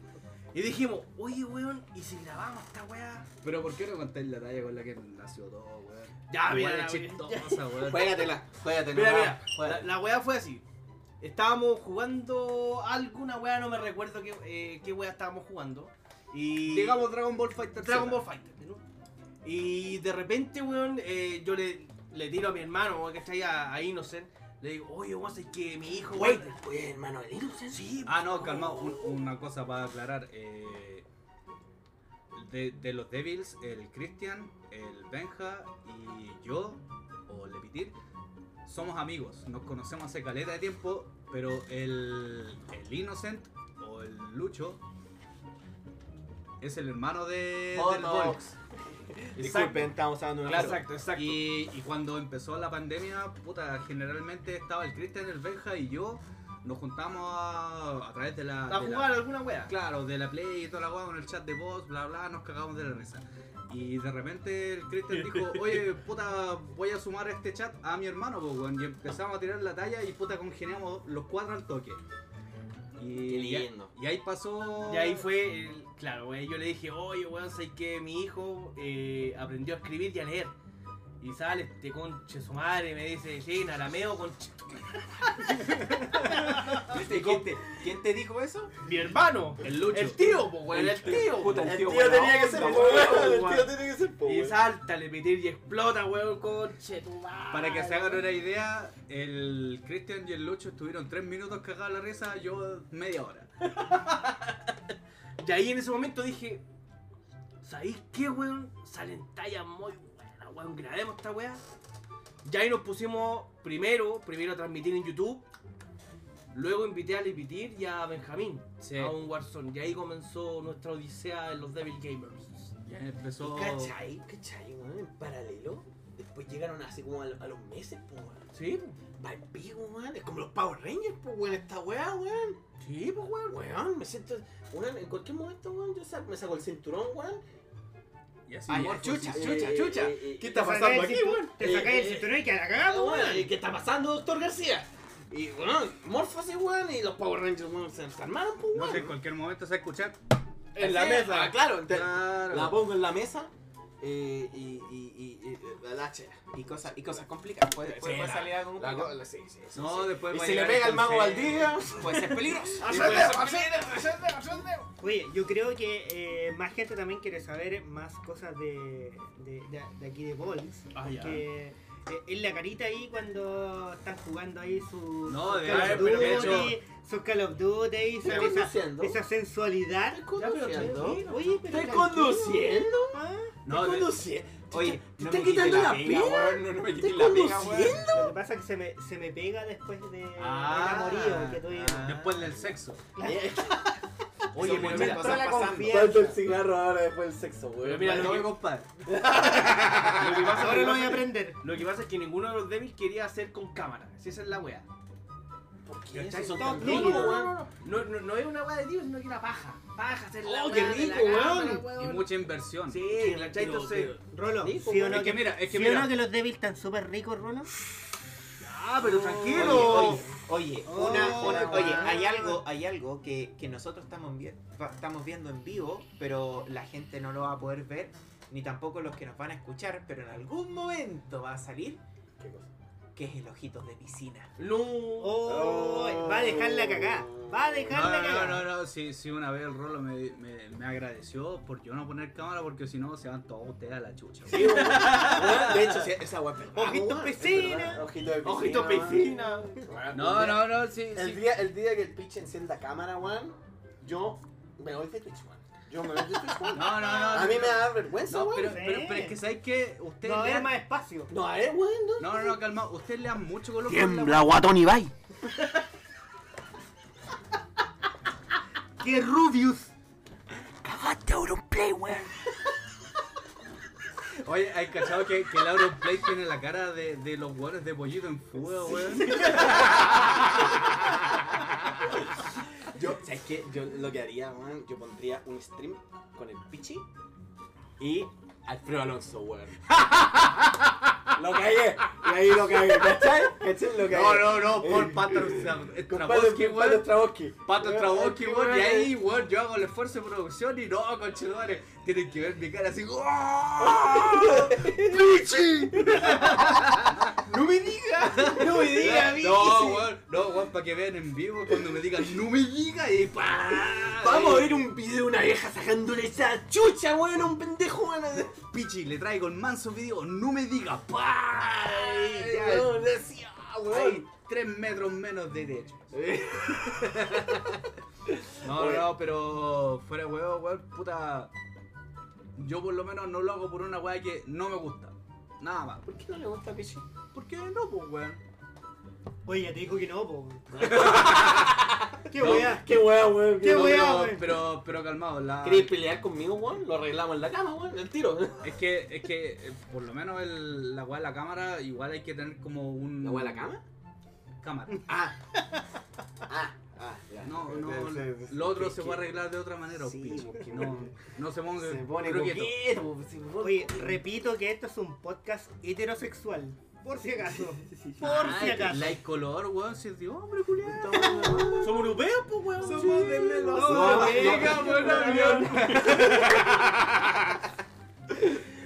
Y dijimos, oye, weón, ¿y si grabamos esta weá? Pero ¿por qué no contáis la talla con la que nació todo, weón? Ya, La mira, weá la es weá. chistosa, weón. Juégatela, juégatela. Mira, va, mira, la, juégatela. la weá fue así. Estábamos jugando alguna weá, no me recuerdo qué, eh, qué weá estábamos jugando. Y Digamos Dragon Ball Fighter Dragon Ball Fighter, ¿no? Y de repente, weón, eh, yo le, le tiro a mi hermano, weón, que está ahí a, a Innocent. Le digo, oye, weón, es que mi hijo, weón. Oye, hermano, el Innocent. Sí, Ah, no, calmado. un- una cosa para aclarar. eh, de, de los Devils, el Christian, el Benja y yo, o Lepitir, somos amigos, nos conocemos hace caleta de tiempo, pero el, el Innocent o el Lucho es el hermano de, Oh, del no. Volks. Disculpen, estamos hablando de una Claro. cosa. Exacto, exacto. Y, y cuando empezó la pandemia, puta, generalmente estaba el Cristian, el Benja y yo nos juntamos a, a través de la... a de la- jugar alguna wea. Claro, de la Play y toda la weá con el chat de voz, bla bla, nos cagamos de la risa. Y de repente el Christian dijo, oye, puta, voy a sumar este chat a mi hermano, po, weón. Y empezamos a tirar la talla y puta, congeniamos los cuatro al toque. Y, Qué lindo. Y, ahí pasó. Y ahí fue, el- claro, eh, yo le dije, oye, weón, sé que mi hijo eh, aprendió a escribir y a leer. Y sale este conche su madre y me dice, sí, en arameo, conche. tu- ¿Viste? ¿Quién te, quién te dijo eso? Mi hermano, El Lucho. el tío, po, weón, el tío. po. el tío buena tenía que onda, ser el po, tío, weón. El tío tenía que ser po, Y weón. salta, le petir y explota, weón, conche tu madre. Para que se hagan una idea, el Christian y el Lucho estuvieron tres minutos cagados de la risa, yo media hora. Y ahí en ese momento dije, ¿sabéis qué, weón? Salen tallas muy buenas, weón. Grabemos esta weá. Y ahí nos pusimos primero, primero a transmitir en YouTube. Luego invité a Lipitir y a Benjamín Sí. a un Warzone. Y ahí comenzó nuestra odisea en los Devil Gamers. Y ahí empezó. ¿Cachai? ¿Cachai, weón? En paralelo. Después llegaron así como a, lo- a los meses, po, weón. Sí, Va el pico, weón. Es como los Power Rangers, po, weón. Esta weá, weón. sí, pues weón. Weón, me siento. Weón, en cualquier momento, weón, yo saco, me saco el cinturón, weón. Y así. Ay, fue. chucha, Sí. chucha, chucha. ¿Qué está Te sacáis pasando el aquí, cintu- eh, weón? Te sacáis Eh, el eh, cinturón y que la Ah, cagamos, weón, ¿y ¿Qué está pasando, doctor García? Y, weón, Morfase, weón, y los Power Rangers, weón, se se armaron, pues, No weón. sé, en cualquier momento se va a escuchar. En la mesa. claro. te- Claro. La pongo en la mesa eh, y, y, y, y- la chera. Y cosas, y cosas complicadas. Puede, puede- puede salir algo La complicado. sí, sí, sí, No, sí. después Y va a si le llegar pega el mago consejo. Valdivia, puede ser peligroso. ¡Haz Y el puede dedo, ser haz el peligroso. Oye, yo creo que eh, más gente también quiere saber más cosas de, de, de- de aquí de Bolis. Ah, ya. porque eh, es la carita ahí cuando están jugando ahí su, No, su de- Call a of ver, pero de Duty, sus Call of Duty, su- Estoy esa, conduciendo. esa sensualidad. Estoy conduciendo. Oye, pero Estoy tranquilo. conduciendo. Ah, No, Estoy de- conduciendo. Oye, ¿Te no están me quité quitando la pega, pega? weón, No, no me Estoy quité la pega, weón. conduciendo. Lo que pasa es que se me, se me pega después de Ah, del amorío que tuve. ah, después del sexo. Oye, Son pero muchas mira, cosas la pasando. confianza. Falta el cigarro ahora después del sexo, Pero weón. mira, Lo lo voy que, a compadre. lo que pasa, Ahora lo voy a aprender. lo que pasa es que ninguno de los Devil quería hacer con cámara. Si esa es la weá. ¿Por qué? ¿Cachai? Son Todo tan niños, No, niños, no, weón. no, no, no, no, no es una weá de tío, sino que una paja. Paja, hacer la Oh, weá qué de la rico, cámara, weón. Y mucha inversión. Sí, ¿cachai? Pero, Entonces. pero- Rolo, Sí, sí, pues, o no Es que que, mira, es que sí o mira. no que los débiles están súper ricos, Rolo. Ah, pero tranquilo. Oye, Oh, Una, una- oye, guau. hay algo, hay algo que, que nosotros estamos, vi- va- estamos viendo en vivo, pero la gente no lo va a poder ver, ni tampoco los que nos van a escuchar, pero en algún momento va a salir, que es el ojito de piscina. No. Oh, va a dejarla cagar. Va a No, dejarla no, cagar. no, no, sí, sí, una vez el Rolo me, me, me agradeció por yo no poner cámara porque si no se van todos ustedes a la chucha. Sí, weón. Weón, De hecho, sí, esa weón. Ojito weón, Ah, es piscina. verdad. Ojito de piscina. Ojito weón. piscina. Weón, No, un día- no, no, sí, pues, El sí. día, el día que el pitch encienda cámara, weón, yo me voy de Twitch, weón. Yo me voy de Twitch, weón. No, no, no. A mí me da vergüenza, No, weón. pero, Sí. pero, pero es que sabéis que ustedes No, le era dan... más espacio. No, a ver, weón, no. No, no, no, calma, ustedes le dan mucho color Tiembla, guatón y bye. ¡Qué Rubius! Cagaste ahora un play, weón. Oye, ¿hay cachado que, que Laura Play tiene la cara de, de los hueones de pollito en fuga, weón? Yo, ¿sabes qué? Yo lo que haría, weón, yo pondría un stream con el Pichi y Alfredo Alonso, weón. lo cagué, y ahí lo cagué, ¿cachai? ¿Cachai? Lo cagué. No, no, no, por Pato Stra- Con Straboski, Pato- Pato weón. Straboski. Pato Weón, Straboski, weón, eh. weón. Y ahí, weón, yo hago el esfuerzo de producción y no, conchetumare. Tienen que ver mi cara así. ¡Oh! No me digas, no me digas, No, Pichi. weón, no, weón, para que vean en vivo cuando me digan, no me digas y pa. Vamos a ver un video de una vieja sacándole esa chucha, weón, a un pendejo, weón. Pichi, le traigo el manso video, no me digas, pa. Y ya, No, decía, Hay weón. tres metros menos de derecho. Eh, No, no, pero fuera de huevo, weón, puta. Yo por lo menos no lo hago por una weá que no me gusta. Nada más. ¿Por qué no le gusta a Pichi? ¿Por qué no, pues, weón? Oye, ya te dijo que no, po. Qué weá. Qué wea, weón. Qué No, wea, pero- weón. Pero, pero calmado, la... ¿Queréis pelear conmigo, weón? Lo arreglamos en la cama, weón. El tiro. Es que, es que eh, por lo menos el, la weá de la cámara, igual hay que tener como un. ¿La wea de la cama? Cámara. Ah. Ah. Ah, ya. No, no, Sí, sí, sí. lo otro Sí, se sí. va a arreglar de otra manera, Sí, picho. porque No, no se ponga. Se pone croqueto. coqueto, se pone- Oye, repito que esto es un podcast heterosexual. Por si acaso. Por Ah, si acaso. La color, weón, si es de hombre, culiado. Somos europeos, pues, weón. Somos de melón. No, no, Venga, no. buen avión.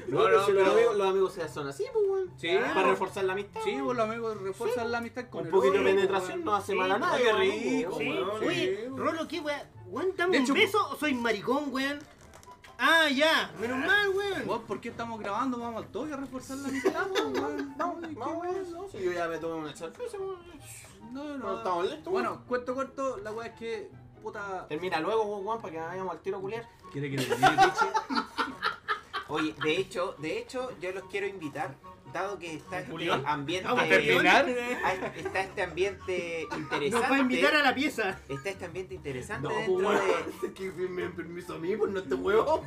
No, No, pero no, si los pero- amigos, los amigos se son así, pues, weón. Sí, Para reforzar la amistad. Sí, weón. vos los amigos refuerzan la amistad con Un el pues, poquito de hombre, penetración weón. no hace Sí, mal a nadie, sí, weón. Sí, weón. oye, sí, weón. Rolo, ¿qué weá? Weón, dame De un hecho, beso o soy maricón, weón. Ah, ya, menos mal, weón. Weón, ¿por qué estamos grabando? Vamos al toque a reforzar la amistad, weón, weón. No, Ay, qué no, weón. weón, no. Si yo ya me tomé una cerveza, weón. No, No no. estamos listos, Bueno, cuento corto, la weá es que. Puta. Termina luego, weón, para que vayamos al tiro a culiar. ¿Quiere que termine, piche? Oye, de hecho, de hecho, yo los quiero invitar, dado que está este ¿Julián? ambiente. pues, ¿Vamos a terminar? Ah, Está este ambiente interesante. Nos va a invitar a la pieza. Está este ambiente interesante No, pues, dentro de. weón. Que me den permiso a mí, pues no te huevo.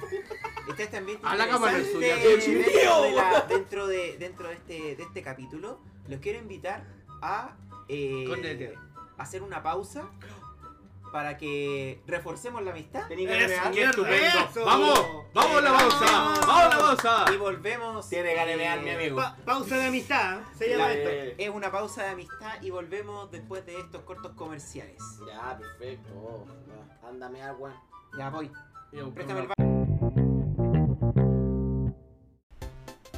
Este es también A la cámara del interesante estudiante. dentro, de la- dentro de dentro de este, de este capítulo. Los quiero invitar a eh, Cóndete. hacer una pausa para que reforcemos la amistad Ah, Tenía que Eso, agregar- mierda, estupendo. eso. Vamos, vamos a la pausa, Vamos. vamos a la pausa. y volvemos. Tiene que agregar, eh, mi amigo. Pa- pausa de amistad, se llama La- esto. Es una pausa de amistad y volvemos después de estos cortos comerciales. Ya, perfecto. oh, ya. Ándame agua. Ya voy. Préstame el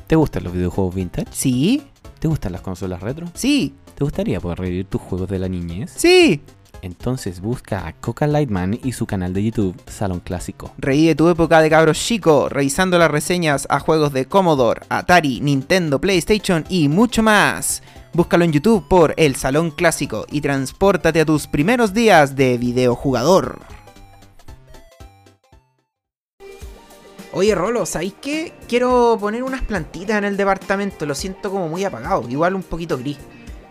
¿Te gustan los videojuegos vintage? Sí, ¿Te gustan las consolas retro? sí, ¿Te gustaría poder revivir tus juegos de la niñez? sí. Entonces busca a Coca Lightman y su canal de YouTube Salón Clásico. Reí de tu época de cabro chico, revisando las reseñas a juegos de Commodore, Atari, Nintendo, PlayStation y mucho más. Búscalo en YouTube por El Salón Clásico y transpórtate a tus primeros días de videojugador. Oye Rolo, ¿sabéis qué? Quiero poner unas plantitas en el departamento, lo siento como muy apagado, igual un poquito gris.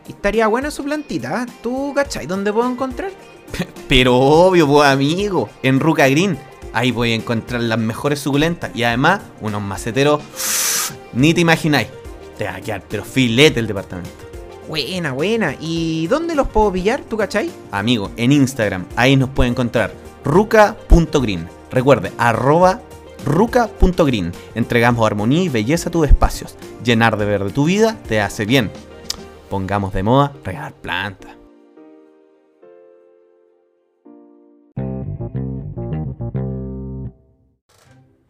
Y estaría buena su plantita, ¿eh? ¿tú cachai dónde puedo encontrar? Pero obvio, pues amigo, en Ruca Green, ahí voy a encontrar las mejores suculentas y además unos maceteros, ni te imagináis. Te va a quedar, pero filete el departamento. Buena, buena. ¿Y dónde los puedo pillar? ¿Tú cachai? Amigo, en Instagram, ahí nos puede encontrar ruca.green. Recuerde, arroba ruca.green. Entregamos armonía y belleza a tus espacios. Llenar de verde tu vida te hace bien. Pongamos de moda regalar plantas.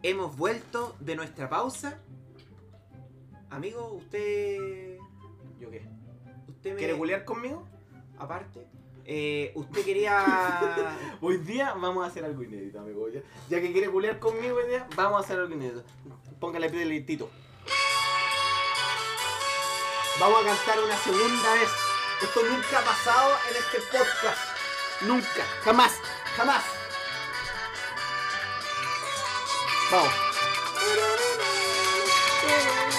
Hemos vuelto de nuestra pausa. Amigo, usted. ¿Yo qué? usted me- ¿Quiere culiar conmigo? Aparte. eh, usted quería. Hoy día vamos a hacer algo inédito, amigo. Ya, ya que quiere culiar conmigo hoy día, vamos a hacer algo inédito. Póngale pidelitito. Vamos a cantar una segunda vez. Esto nunca ha pasado en este podcast. Nunca, jamás, jamás. Vamos.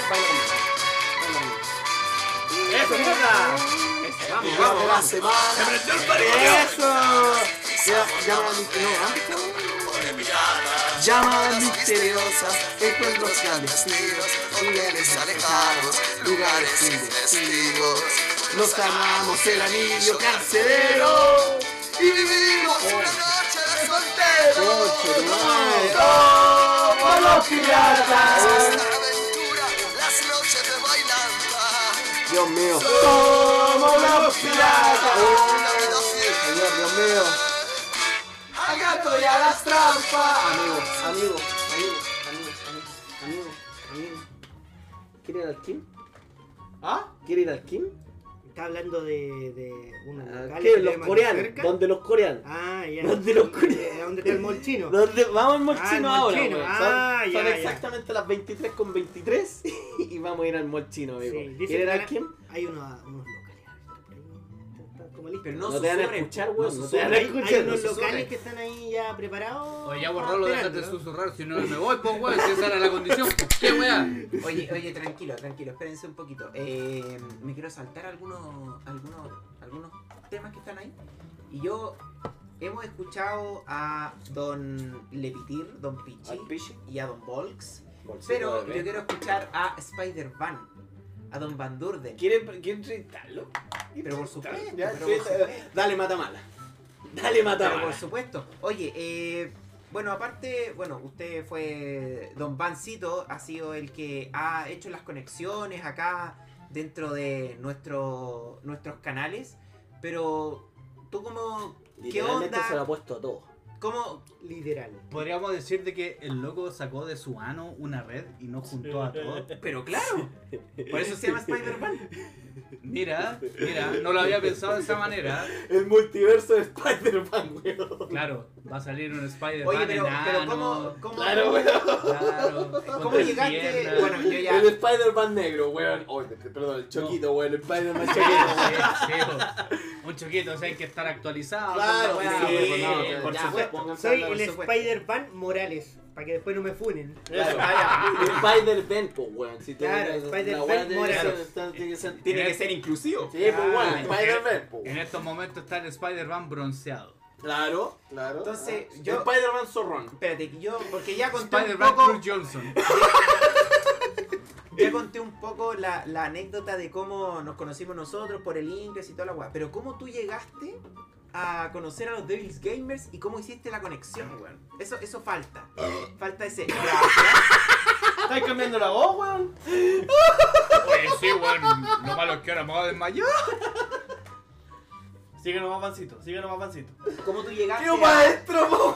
Baila conmigo, baila conmigo. ¡Eso, mierda! Vamos, vamos, vamos. ¡Se prendió el ¡Eso! Ya- Llama a mi no, ¿ah? Llamadas misteriosas, encuentros clandestinos, hogares alejados, lugares sin testigos. Nos amamos el anillo carcelero y vivimos una noche de soltero. ¡Como los piratas! Las noches de bailanta, Dios mío. ¡Como los piratas! la vida fiel. Señor, Oh, Dios mío. Al gato y a las trampas. Amigo, amigo, amigo, amigo, amigo, amigo, amigo. ¿Quiere ir al Kim? ¿Ah? ¿Quiere ir al Kim? Está hablando de, de unos Ah, locales ¿Qué? que Los tenemos coreanos. cerca. ¿Dónde los coreanos? Ah, ya. ¿Dónde los Eh, coreanos? ¿Dónde está el mall chino? ¿Dónde? Vamos al Ah, el molchino mall ahora. chino. güey. Ah, son ya, son ya. exactamente las 23 con 23 y vamos a ir al molchino, amigo. Sí, dicen ¿Quiere ir que al la- Kim? Hay unos, unos locales abiertos por ahí, está- está como como listo. Pero No te van a escuchar, Pues, weón. No te van a Hay, escuchar. hay unos no locales susurren. que están ahí ya preparados. Oye, ya para borrarlo, esperar, déjate de ¿no? susurrar, si no me voy, pues weón, si esa era la condición. ¿Qué weón? Oye, oye, tranquilo, tranquilo, espérense un poquito. Eh, me quiero saltar algunos, algunos, algunos temas que están ahí. Y yo hemos escuchado a Don Levitir, Don Pichi Al piche. y a Don Volks. Bolsito Pero de yo bebé. quiero escuchar a Spider Van, a Don Van Durden. ¿Quieren, quieren entrevistarlo? Pero por supuesto, Ya, pero sí, por supuesto. Dale, mata mala. Dale, mata Pero por mala. supuesto. Oye, eh, bueno, aparte, bueno, usted fue. Don Vancito ha sido el que ha hecho las conexiones acá dentro de nuestro, nuestros canales. Pero, ¿tú cómo. ¿Qué Literalmente se lo ha onda? puesto a todo. ¿Cómo.? Literal. Podríamos decir de que el loco sacó de su ano una red y no juntó a todos. Pero claro, por eso se llama Spider-Man. Mira, mira, no lo había pensado de esa manera. El multiverso de Spider-Man, weón. Claro, va a salir un Spider-Man. Oye, pero, pero enano, ¿cómo, cómo, Claro, weón. claro, con cómo tres llegaste? piernas. Bueno, yo ya. El Spider-Man negro, weón. Oh, perdón, el choquito, weón. El Spider-Man Sí, choquito. sí, po. un chiquito, o sea, hay que estar actualizado. Claro, toda la sí, weá, sí, po, no, por ya. supuesto. pónganse Soy a hablar, el por supuesto. Spider-Man Morales, para que después no me funen. Claro, ah, ya. Spider-Ben, pues, weón. Si te- Claro, la Spider-Ben weá tiene que ser- Morales. está- Tiene que ser. Tiene que ser inclusivo. Sí, pues, weón. Ah, Spider-Ben, pues. En estos momentos está el Spider-Man bronceado. Claro, claro. Entonces, Ah, yo- Spider-Man zorrón. Espérate, que yo. Porque ya conté un Spider-Man poco. Cruz Johnson. Ya conté un poco la, la anécdota de cómo nos conocimos nosotros por el inglés y toda la weá. Pero cómo tú llegaste a conocer a los Devils Gamers y cómo hiciste la conexión, weón. Eso, eso falta. Falta ese. Gracias. ¿Estás cambiando la voz, weón? Oye, sí, bueno, lo malo es que ahora me voy a desmayar. Síguenos más pancito, síguenos más pancito. ¿Cómo tú llegaste ¡Qué a, maestro, po, weón!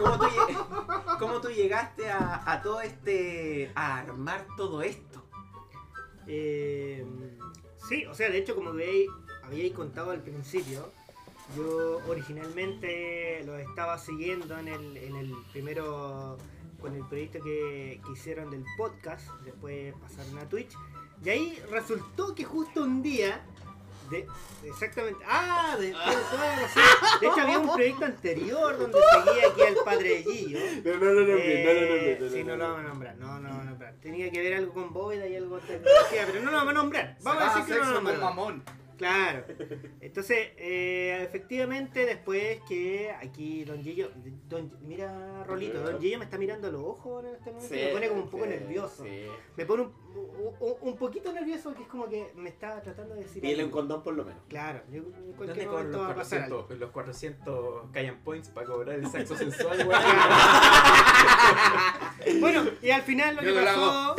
cómo tú, lle- cómo tú llegaste a, a todo este. a armar todo esto? Eh, sí, o sea, de hecho, como veis, habíais contado al principio, yo originalmente los estaba siguiendo en el, en el primero, con el proyecto que, que hicieron del podcast, después pasaron a Twitch, y ahí resultó que justo un día, de, exactamente, ah, de, claro, sí. de hecho había un proyecto anterior donde seguía aquí al padre de Gillo. No, no, no, no, no, Eh, no, no, no, Sí, no, no, no lo vamos a nombrar, no, no lo vamos a nombrar. Tenía que ver algo con bóveda y algo de tecnología, pero no lo vamos a nombrar. Vamos a decir que no con lo nombramos. mamón. Claro. Entonces, eh, efectivamente, después que aquí Don Gillo. Don, mira, Rolito, Don Gillo me está mirando a los ojos en este momento. Sí, me pone como un poco sí, nervioso. sí. Me pone un, un- un poquito nervioso porque es como que me está tratando de decir. Pídele un algo. condón, por lo menos. Claro, yo en ¿Dónde cualquier cobran momento los va a pasar 400, algo. los 400 Callan Points para cobrar el sexo sensual, Bueno, y al final lo Yo que lo pasó. hago.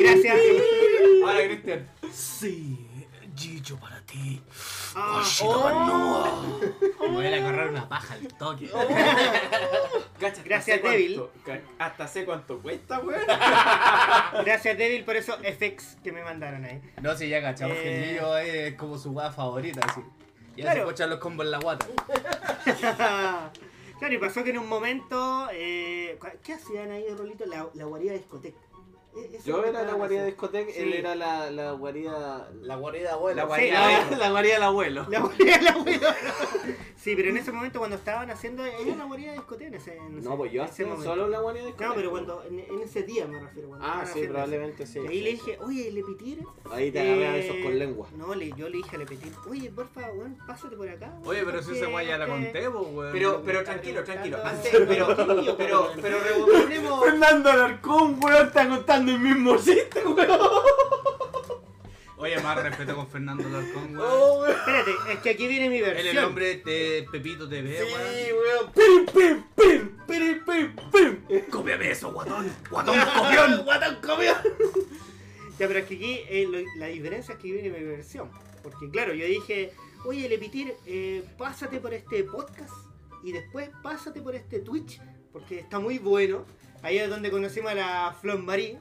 Gracias. Ahora, Cristian. Sí, Gillo para ti. Ah, Me voy a ir a agarrar una paja al toque. Oh. Gracias, Devil. Hasta sé cuánto cuesta, weón. Gracias, Devil, por esos FX que me mandaron ahí. No, si ya cachamos que Eh. el lío es como su guada favorita, así. Ya Claro. se escuchan los combos en la guata. claro, y pasó que en un momento. eh, cu- ¿Qué hacían ahí, Rolito? La, la guarida discoteca. E- eso Yo es lo era que la estaban guarida de haciendo. discoteca, Sí. él era la, la guarida. La guarida La abuelo. guarida Sí, abuelo. la, la guarida del abuelo. La guarida la guarida. Sí, pero en ese momento cuando estaban haciendo. Había una guarida discoteca en ese, en No, pues yo ese hacía momento. solo la guarida de discoteca. No, pero cuando, en, en ese día me refiero. Cuando Ah, estaban sí, haciendo probablemente eso. sí. Y ahí le Eh. dije, oye, le pitir. Ahí te agarré a besos con lengua. No, le, yo le dije a Le Petit, oye, porfa, weón, pásate por acá. weón, Oye, pero si porque esa guaya ya la este- conté, po, weón. Pero, pero tranquilo, tranquilo. Antes, pero, pero, pero, rebobinemos. Fernando Alarcón, weón, está contando el mismo chiste, weón. Oye, más respeto con Fernando Larcón, weón. Oh, weón. Espérate, es que aquí viene mi Él es versión. el hombre de este Pepito TV, Sí, weón. weón. Pim, pim, pim, pim, pim, pim. Cópiame eso, guatón. Guatón copión. Guatón copión. Ya, pero es que aquí eh, lo- la diferencia es que viene mi versión. Porque claro, yo dije, oye, Lepitir, eh, pásate por este podcast y después pásate por este Twitch, porque está muy bueno. Ahí es donde conocimos a la Flon Marie.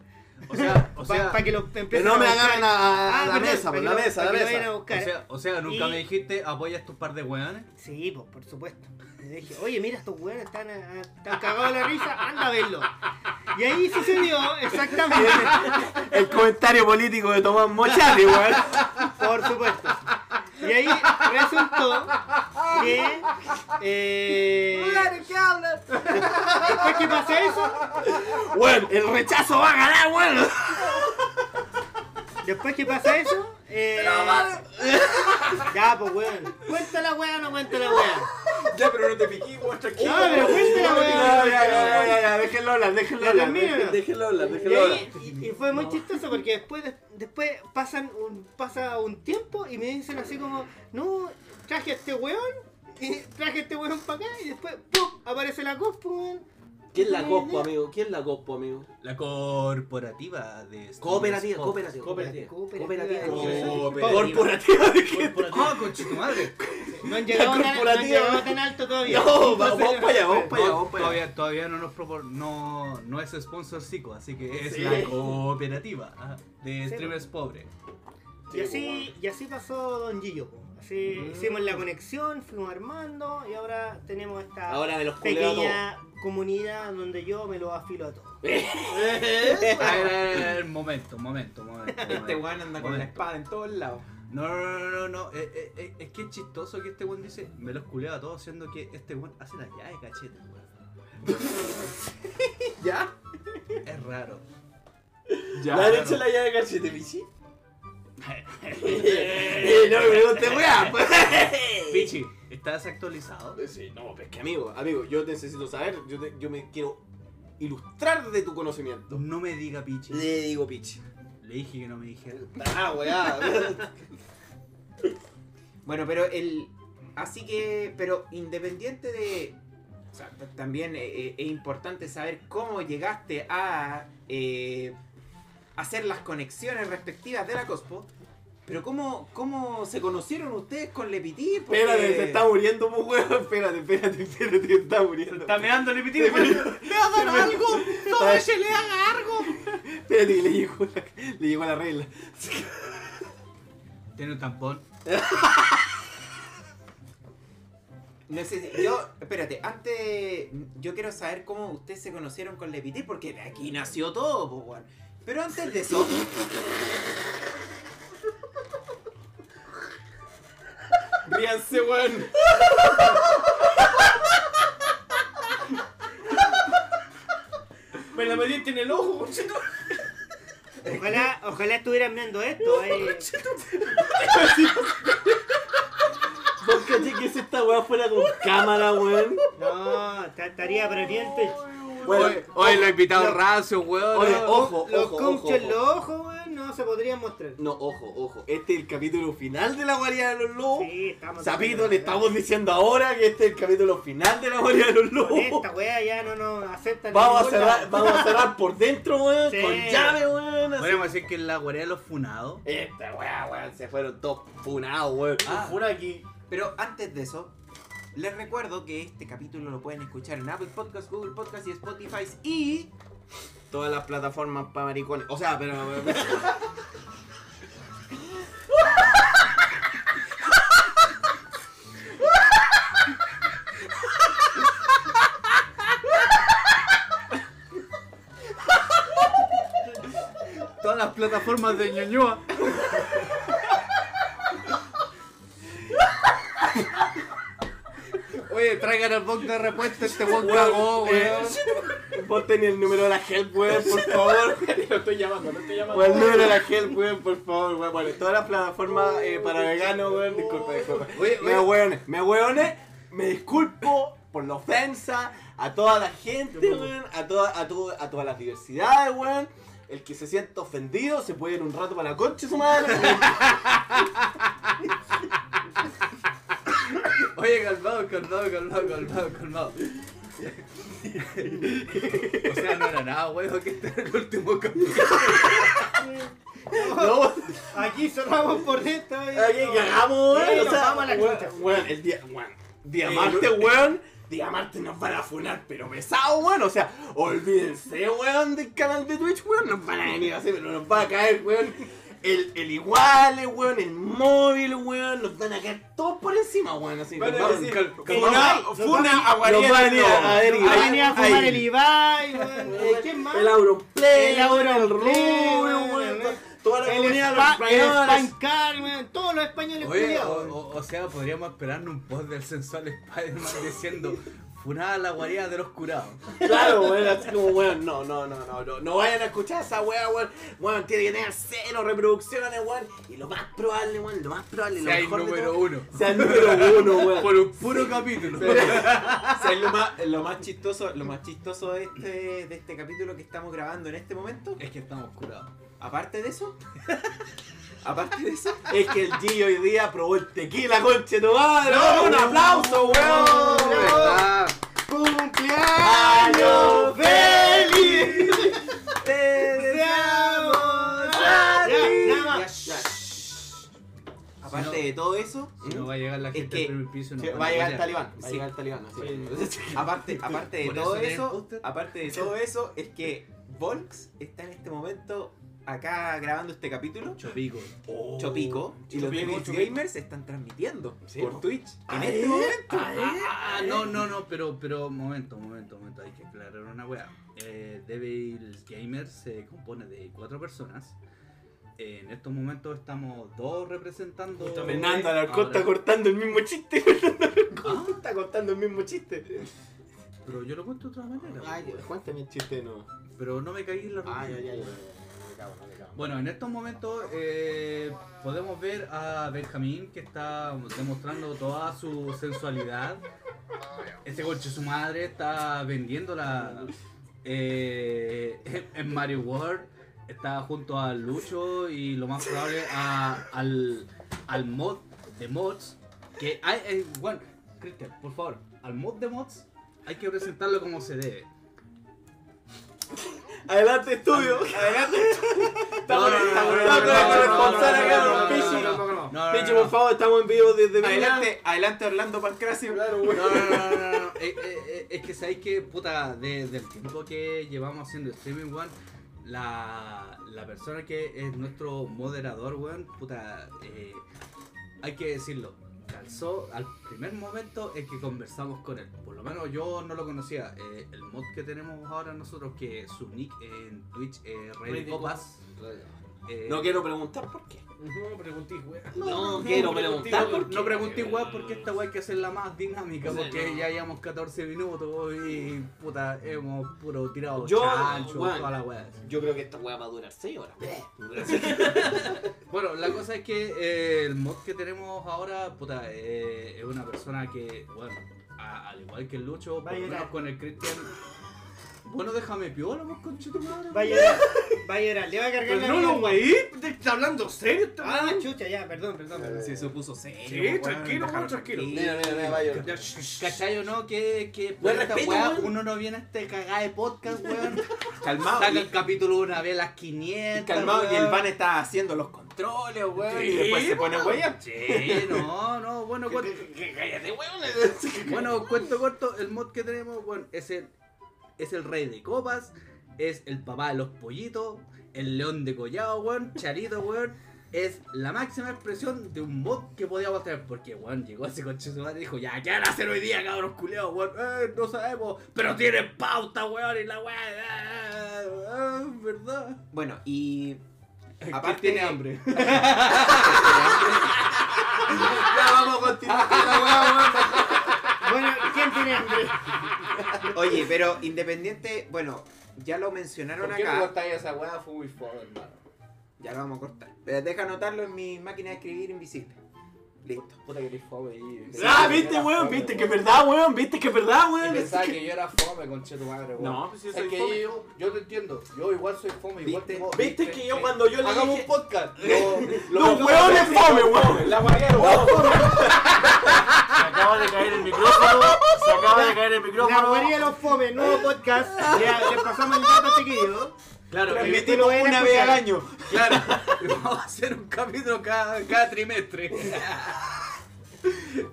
O sea, o Para sea, que lo empiecen Pero no me buscar. agarren a, a Ah, la perdón, mesa, pa' por que la lo- mesa, pa' la que lo vayan a mesa. o buscar. sea, o sea, nunca Y- me dijiste apoyas tu par de weones. Sí, pues, por supuesto. Le dije, oye, mira, estos weones están, ah, están cagados de la risa, anda a verlo. Y ahí sucedió exactamente. El comentario político de Tomás Mochati, weón. Por supuesto. Y ahí resultó que. Eh, ¿qué hablas? después que pasó eso, Bueno, el rechazo va a ganar, bueno. Después que pasa eso, eh. ya, pues weón. Cuenta la weá o no cuenta la weá. Ya, pero no te piquí, weón, tranquilo. No, Ah, pero cuenta la Ya, ya, weá. ya, ya, ya, déjenlo hablar, déjenlo Ya, hablar. termina. dejen- Déjenlo hablar, Y, déjenlo hablar. ahí- y- y fue muy chistoso porque después, después pasan un, pasa un tiempo y me dicen así como, no, traje a este weón, y traje a este weón para acá y después, ¡pum! aparece la cospo, weón. ¿Quién la copo, amigo? ¿Quién la copo, amigo? La corporativa de Steam Cooperativa, Spot. cooperativa. Cooperativa. Cooperativa. Corporativa de gente. Ah, conche tu madre. No han llegado, tan, no han corporativa. llegado tan alto todavía. No, vamos para allá, vamos para allá, No, vamos para allá. todavía, todavía no nos propor- no, no es sponsor psico, así que es Sí. la cooperativa ah, de Sí. streamers pobres. Y así, y así pasó Don Gillo. po. Así hicimos la conexión, fuimos armando y ahora tenemos esta Ahora me los culeo a pequeña comunidad donde yo me lo afilo a todo. A ver, a ver, a ver, momento, momento, momento. Este momento. weón anda con la Bueno. espada en todos lados. No, no, no, no, no, eh, eh, eh, es que es chistoso que este weón dice, me los culeo a todos, siendo que este weón hace la llave cachete, weón. ¿Ya? Es raro. ¿Ya? ¿Le han Claro. hecho la llave de cachete, Pichi? Eh, No me preguntes, weá. Pichi, ¿está desactualizado? Sí, no, pero es que amigo, amigo, yo necesito saber, yo, te- yo me quiero ilustrar de tu conocimiento. No me diga Pichi. Le digo Pichi. Le dije que no me dijera. Ah, weá. Bueno, pero el. Así que. Pero independiente de. o sea, t- también eh, eh, es importante saber cómo llegaste a eh, hacer las conexiones respectivas de la Cospo. Pero cómo, cómo se conocieron ustedes con Lepití. Porque- Espérate, se está muriendo, pues, weón. Espérate, espérate, espérate, se está muriendo. Está meando el Pichi. ¡Me va a dar algo! Está- ¡Se le haga algo! Ah. Espérate, que le llegó la, le llegó la regla. Tiene un tampón. No sé, si- yo, espérate, antes yo quiero saber cómo ustedes se conocieron con Lepití, porque de aquí nació todo, pues, weón. Pero antes de eso, Ríanse, weón. Me la metí en el ojo, chico. Ojalá, ojalá estuvieran viendo esto. eh. Vos caché que si esta weá fuera con cámara, weón. No, ta- estaría previente. Bueno, Hoy lo he invitado Lo- raso, weón. Oye, No. ojo, Los ojo, conchos ojo, en los ojo. ojos, weón, no se podrían mostrar. No, ojo, ojo. Este es el capítulo final de la guarida de los lobos. Sí, estamos. Sapito, Oh, le estamos diciendo ahora que este es el capítulo final de la guarida de los Con esta lobos. wea ya no nos aceptan. Vamos a ninguna. cerrar, vamos a cerrar por dentro, weón. Sí. Con llave, weón. así. Podríamos decir que es la guardia de los funados. Esta weá, weón. Se fueron dos funados, weón. Ah. Un funa aquí. Pero antes de eso, les recuerdo que este capítulo lo pueden escuchar en Apple Podcasts, Google Podcasts y Spotify. Y Todas las plataformas para maricones. O sea, pero. Todas las plataformas de ñoñoa. Oye, traigan al box de repuesto, este weón cagó, weón. Vos tenés eh, el número de la help, weón, por favor. lo estoy llamando, lo estoy llamando. O el número de la help, weón, por favor, weón. Bueno, todas las plataformas eh, para veganos, weón. Disculpa, disculpa. Oye, Me hueones, me hueones, me disculpo por la ofensa a toda la gente, weón, a, toda, a, to- a todas las diversidades, weón. El que se sienta ofendido se puede ir un rato para la concha de su madre. Oye, calmado, calmado, calmado, calmado, calmado. O sea, no era nada, weón, que este era el último capítulo. No, Aquí cerramos por eh. dentro. y- Aquí cagamos, Sí, weón. O nos sea, vamos a la weón, chucha. Eh, weón, el día, weón. Día martes, weón. Día martes nos van a funar, pero pesado, weón. O sea, olvídense, weón, del canal de Twitch, weón. Nos van a venir así, pero nos va a caer, weón. El, el igual, weón, el móvil, weón, nos van a caer todos por encima, weón, así. Van a nos vamos- decir, cal- "Funa, calmamos". Nos funa van- a Guardián nos van a ir a- Lobo. a ver, Va a ahí- venir a fumar ahí. el Ibai, weón. Eh, ¿Quién más? El Auronplay, El Auronplay, Rubio, weón, weón. weón. toda la El comunidad, spa- los el españoles. Spine Carmen, todos los españoles Oye, o, culiados. o- o sea, podríamos esperarnos un post del sensual Spider-Man diciendo Funada la guarida de los curados. Claro, weón, así como, weón, no, no, no, no, no, no vayan a escuchar esa weá, weón, weón, tiene que tener cero reproducciones, weón, y lo más probable, weón, lo más probable, lo Sea el mejor de número todo, uno. sea el número uno, weón. Por un puro capítulo. ¿Sabes lo más, lo más chistoso, lo más chistoso de este, de este capítulo que estamos grabando en este momento? Es que estamos curados. Aparte de eso, aparte de eso, Es que el G hoy día probó el tequila, conche tu madre, weón, un aplauso, De weón. verdad. ¡Año feliz! Ya, nada ya, más. ya. aparte de todo eso, Si no va a llegar la Es gente que- al primer piso. no Sí, van Va a llegar el apoyar. talibán, va a Sí. llegar el talibán, así que- aparte, aparte de Por todo eso tienen eso, póster. aparte de todo eso, es que Volks está en este momento acá grabando este capítulo. Chopico. Oh, Chopico y los Chopico, Devil Chopico. Gamers están transmitiendo Sí, por po. Twitch en Ah, este ¿eh? momento. Ah, ¿eh? Ah, no, no, no, pero, pero, momento, momento, momento, hay que aclarar una wea. Eh, Devil Gamer se compone de cuatro personas. Eh, en estos momentos estamos dos representando. Fernando Alarcón Ahora- está cortando el mismo chiste, Fernando Alarcón está cortando el mismo chiste. Pero yo lo cuento de otra manera. Ay, cuéntame el chiste no. Pero no me caí en la rutina. Ay, ay, ay. Bueno, en estos momentos eh, podemos ver a Benjamín que está demostrando toda su sensualidad. Este coche, su madre, está vendiéndola eh, en Mario World. Está junto a Lucho y lo más probable a- al, al mod de mods. Que hay, eh, bueno, Cristian, por favor, al mod de mods hay que presentarlo como se debe. Adelante, estudio. Adelante. Estamos No, no, no, estamos- no, no, estamos no, con el no, corresponsal no, acá, no, don no, Pichi. no, no, no, no, Pichi, no, por favor, estamos en vivo desde Milán. Adelante, adelante Orlando Pancracio. No, no, no, no, no. Eh, eh, eh, es que sabéis que, puta, desde el tiempo que llevamos haciendo streaming, weón, la, la persona que es nuestro moderador, weón, puta, eh, hay que decirlo, calzó al primer momento en que conversamos con él. Por lo menos yo no lo conocía. Eh, el mod que tenemos ahora nosotros, que su nick en Twitch es Rey de Copas. eh, No quiero preguntar por qué. No preguntís, weón. No quiero preguntar por qué. no pregunté igual porque esta weá hay que hacerla más dinámica porque ya llevamos 14 minutos y puta, hemos puro tirado Yo, chancho, weón. toda la weá. Yo creo que esta weá va a durar 6 horas. Bueno, la cosa es que eh, el mod que tenemos ahora, puta, eh, es una persona que, bueno, a- al igual que el Lucho, Va por a lo menos llorar. con el Christian. Bueno, déjame piola, vos conchito madre. Va a llorar, va a llorar, le va a cargar la No, vida. no, wey. ¿Te está hablando serio? este Está Ah, chucha, ya, perdón, perdón. perdón. Sí, se puso serio. Sí, weón, tranquilo, dejaron weón, tranquilo. tranquilo. Mira, mira, mira, vaya. Ya, shh, shh. ¿Cachai o no? Que, que por Weón, esta respeto, weá weón. uno no viene a este cagada de podcast, weón. Calmado. Saca el y- capítulo una vez a las 500. Calmado y el weón. van está haciendo los controles, weón. y después se pone Ah, weón. Sí, no, no, bueno, cuento, Cállate, weón. bueno, cuento corto, el mod que tenemos, bueno, es el, es el rey de copas, es el papá de los pollitos, el león de collado, weón, charito, weón, es la máxima expresión de un mod que podíamos tener, porque, weón, llegó ese coche de su madre y dijo, ya, ¿qué van a hacer hoy día, cabros culeados, weón? Eh, no sabemos, pero tienen pauta, weón, y la weón, eh, ¿verdad? Bueno, y. Aparte Aparte tiene hambre. Ya vamos a continuar con la weá, weón. Bueno, ¿quién tiene hambre? Oye, pero independiente, bueno, ya lo mencionaron acá. esa weá? Fue muy foda, hermano. Ya lo vamos a cortar. Pero deja anotarlo en mi máquina de escribir invisible. Listo. Puta que eres fome ahí. Ah, Ah, viste, weón, viste que es verdad, weón, viste que es verdad, weón. que yo era fome, conche tu madre, No, pues yo Es soy que fome. yo, yo te entiendo, yo igual soy fome, igual ¿Viste? tengo- Viste que yo cuando yo le Hagamos un dije... podcast. Lo- Los weones fome, weón. La guayar, weón. Se acaba de caer el micrófono. Se acaba de caer el La micrófono. guarida de los fomes, nuevo podcast. Ya, les pasamos el dato, chiquillos. Claro, Pero el- que tú lo vayan a una vez al escuchar. año. Claro, vamos a hacer un capítulo cada, cada trimestre.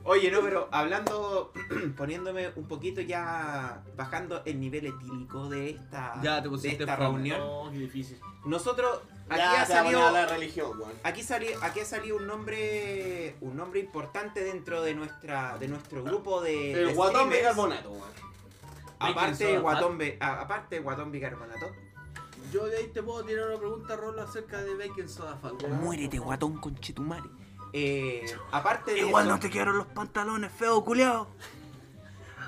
Oye, no, pero hablando, poniéndome un poquito ya, bajando el nivel etílico de esta, Ya, te de pusiste esta fome. reunión. No, qué difícil. Nosotros, aquí Ya ha se abonó salido, la religión, weón. aquí sali- aquí ha salido un nombre, un nombre importante dentro de nuestra, de nuestro grupo de, de El guatón streamers. bicarbonato, weón. Aparte Microsoft, guatón, Be- a- aparte guatón bicarbonato. Yo de ahí te puedo tirar una pregunta, Rolo, acerca de Bacon Soda Fat. Pues Muérete, guatón, conchetumare. Eh, aparte de Igual eso, no te quedaron los pantalones, feo culiao.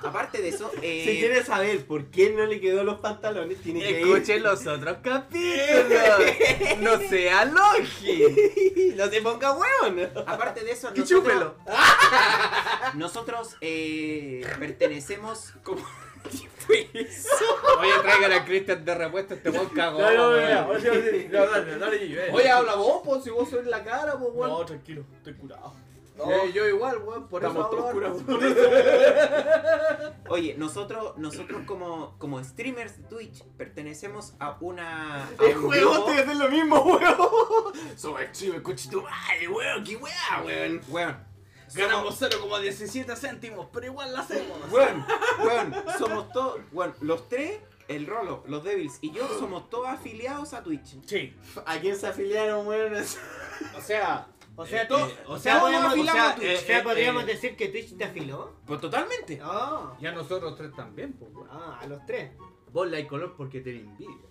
aparte de eso, eh, Si quieres saber por qué no le quedó los pantalones, tiene que ir. Escuchen los otros capítulos. No sea logi. No se ponga hueón. aparte de eso, Que nosotros- chúpelo. Nosotros eh, pertenecemos Oye, traigan a Christian de repuesto, este buen cagón. weón. dale, dale, yo, eh. Oye, habla vos, pues, si vos sois la cara, pues, weón. No, tranquilo, estoy curado. Eh, yo igual, weón, por Estamos eso todos hablo. curados. Oye, nosotros, nosotros como, como streamers de Twitch pertenecemos a una. A El un juego grupo- te hace lo mismo, hueón. Somos chivos, conchetumare, hueón. Qué Ah, hueá, hueón. Weón. Ganamos 0,17 céntimos, pero igual la hacemos. Weón, weón, somos todos. Weón, los tres, el Rolo, los Devils y yo somos todos afiliados a Twitch. Sí. ¿A quién se afiliaron, weón? O sea, O sea, Eh, tú- eh, o sea, todos podríamos, o sea, afilamos Twitch. o sea, Eh, podríamos eh, decir que Twitch te afiló. Pues totalmente. Ah, ya nosotros tres también, pues, weón. ah, a los tres. Vos la hay color porque te envidia.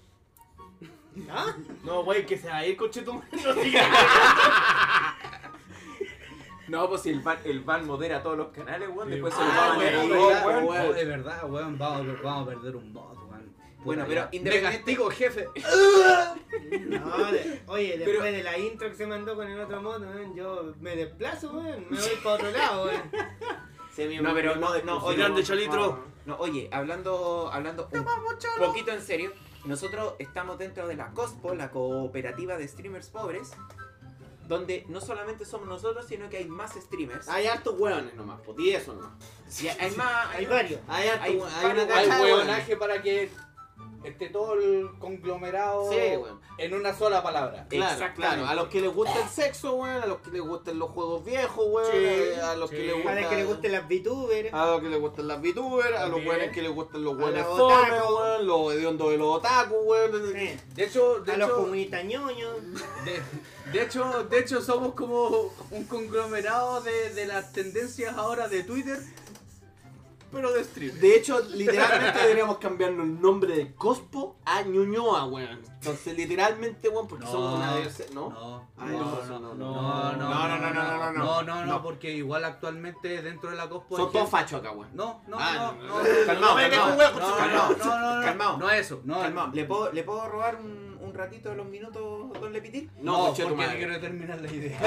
¿Ah? No, güey, que se va a ir conchetumare. No, pues si el van, el van modera todos los canales, weón, después se lo Ah, va a weón, manejar, de verdad, weón. weón, de verdad, weón, vamos, vamos a perder un bot, weón. Bueno, pero independiente. independiente- Me castigo, jefe. No, de- oye, después Pero- de la intro que se mandó con el otro modo, weón, yo me desplazo, weón, me voy para otro lado, weón. No, pero no, no, oye, Grande no, Chalitro. no, oye, hablando, hablando un poquito en serio, nosotros estamos dentro de la COSPO, la cooperativa de streamers pobres, donde no solamente somos nosotros, sino que hay más streamers. Hay hartos hueones nomás, pues, y eso nomás. Y hay, hay más, Hay varios. Hay harto Hay hue- hay una varios cachada Hay de hueones. huevonaje para que esté todo el conglomerado Sí, weón. en una sola palabra. Claro, Exactamente. claro. A los que les gusta el sexo, weón. A los que les gustan los juegos viejos, weón. Sí, a los que sí. les gusta. Para que le gusten las VTubers. A los que les gustan las VTubers, a los También. weones que les gustan los A weones los fomes, otaku. weón, los hediondos de los otaku, weón. eh, De hecho, de A los hecho, comunistas ñoños. de, de hecho, de hecho somos como un conglomerado de, de las tendencias ahora de Twitter, pero de stream. De hecho, literalmente deberíamos cambiarnos el nombre de Cospo a Ñuñoa, weón. Entonces, literalmente, weón, porque No. somos una de ¿no? No, Ah, no, eso, no, no, no, no, no, no, no, no, no, no, no, no, no, no. no, porque igual actualmente dentro de la COSPO hay Son todos gente- fachos acá, weón. No, no, Ah, no, no, no, no, calmao, no, me calmao, meto un huevo, no, calmao, no, no, no, calmao. no eso, no, Calmao, ¿le puedo, ¿le puedo robar un, un ratito de los minutos, don Lepitil? No, No, coche tu porque madre. quiero terminar la idea.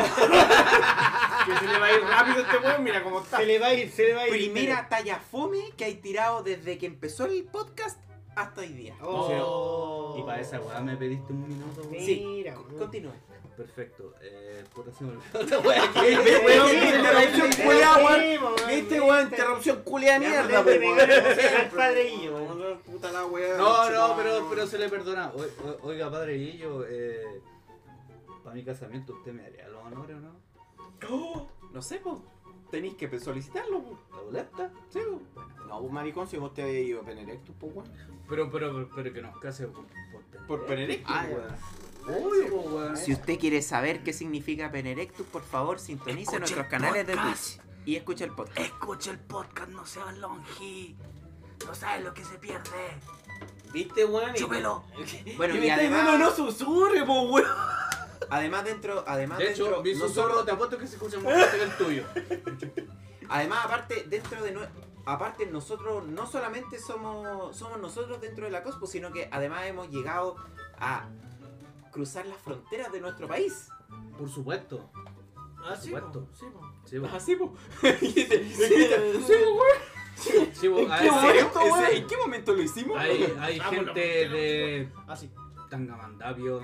Que se le va a ir rápido este weón, mira cómo está. Se le va a ir, se le va a ir. Primera talla fome que hay tirado desde que empezó el podcast hasta hoy día. Oh. Y para esa weá me pediste un minuto, weón. Mira, Co- weón. Continúe. Perfecto. Eh, puta se me olvidó esta weá que- Ve, weón, Sí, qué interrupción sí, culiada, sí, weón. weón, Viste, viste. weón, interrupción culiada Ya, mierda, le- pues, le- weón. le- le- al padreillo, weón. No, Puta la weón. No, no, pero, pero se le perdona. O- o- Oiga, padre Guillo, eh, para mi casamiento usted me daría los honores o no? No sé, po. Tenéis que solicitarlo, po. ¿La boleta? Sí, weón. No, pues, maricón, si vos te habías ido a Penerecto, pues, weón. Pero, pero, pero, pero que nos case por, por, Por Penerecto, Ah, weón. Obvio, po, weón. Si usted quiere saber qué significa Penerectus, por favor, sintonice Escuche nuestros el canales de podcast. Twitch y escucha el podcast. Escucha el podcast, no sea longi. No sabes lo que se pierde. Viste, weón. y- Chúpelo. Bueno, Y y, me estáis además, diciendo, no susurre, pues, weón. además dentro, además De hecho, dentro, mi no susurro solo- te apuesto que se escucha más fuerte que el tuyo. además aparte dentro de nue- aparte nosotros no solamente somos somos nosotros dentro de la Cospo, sino que además hemos llegado a cruzar las fronteras de nuestro país. Por supuesto. Ah, sí, Supuesto. po, sí, po. Sí, weón. Así, pues. Sí, Sí, weón. ¿En qué momento, Ese- weón? ¿En qué momento lo hicimos? Hay, hay Ah, por la gente mañana, de Así. Tangamandapio,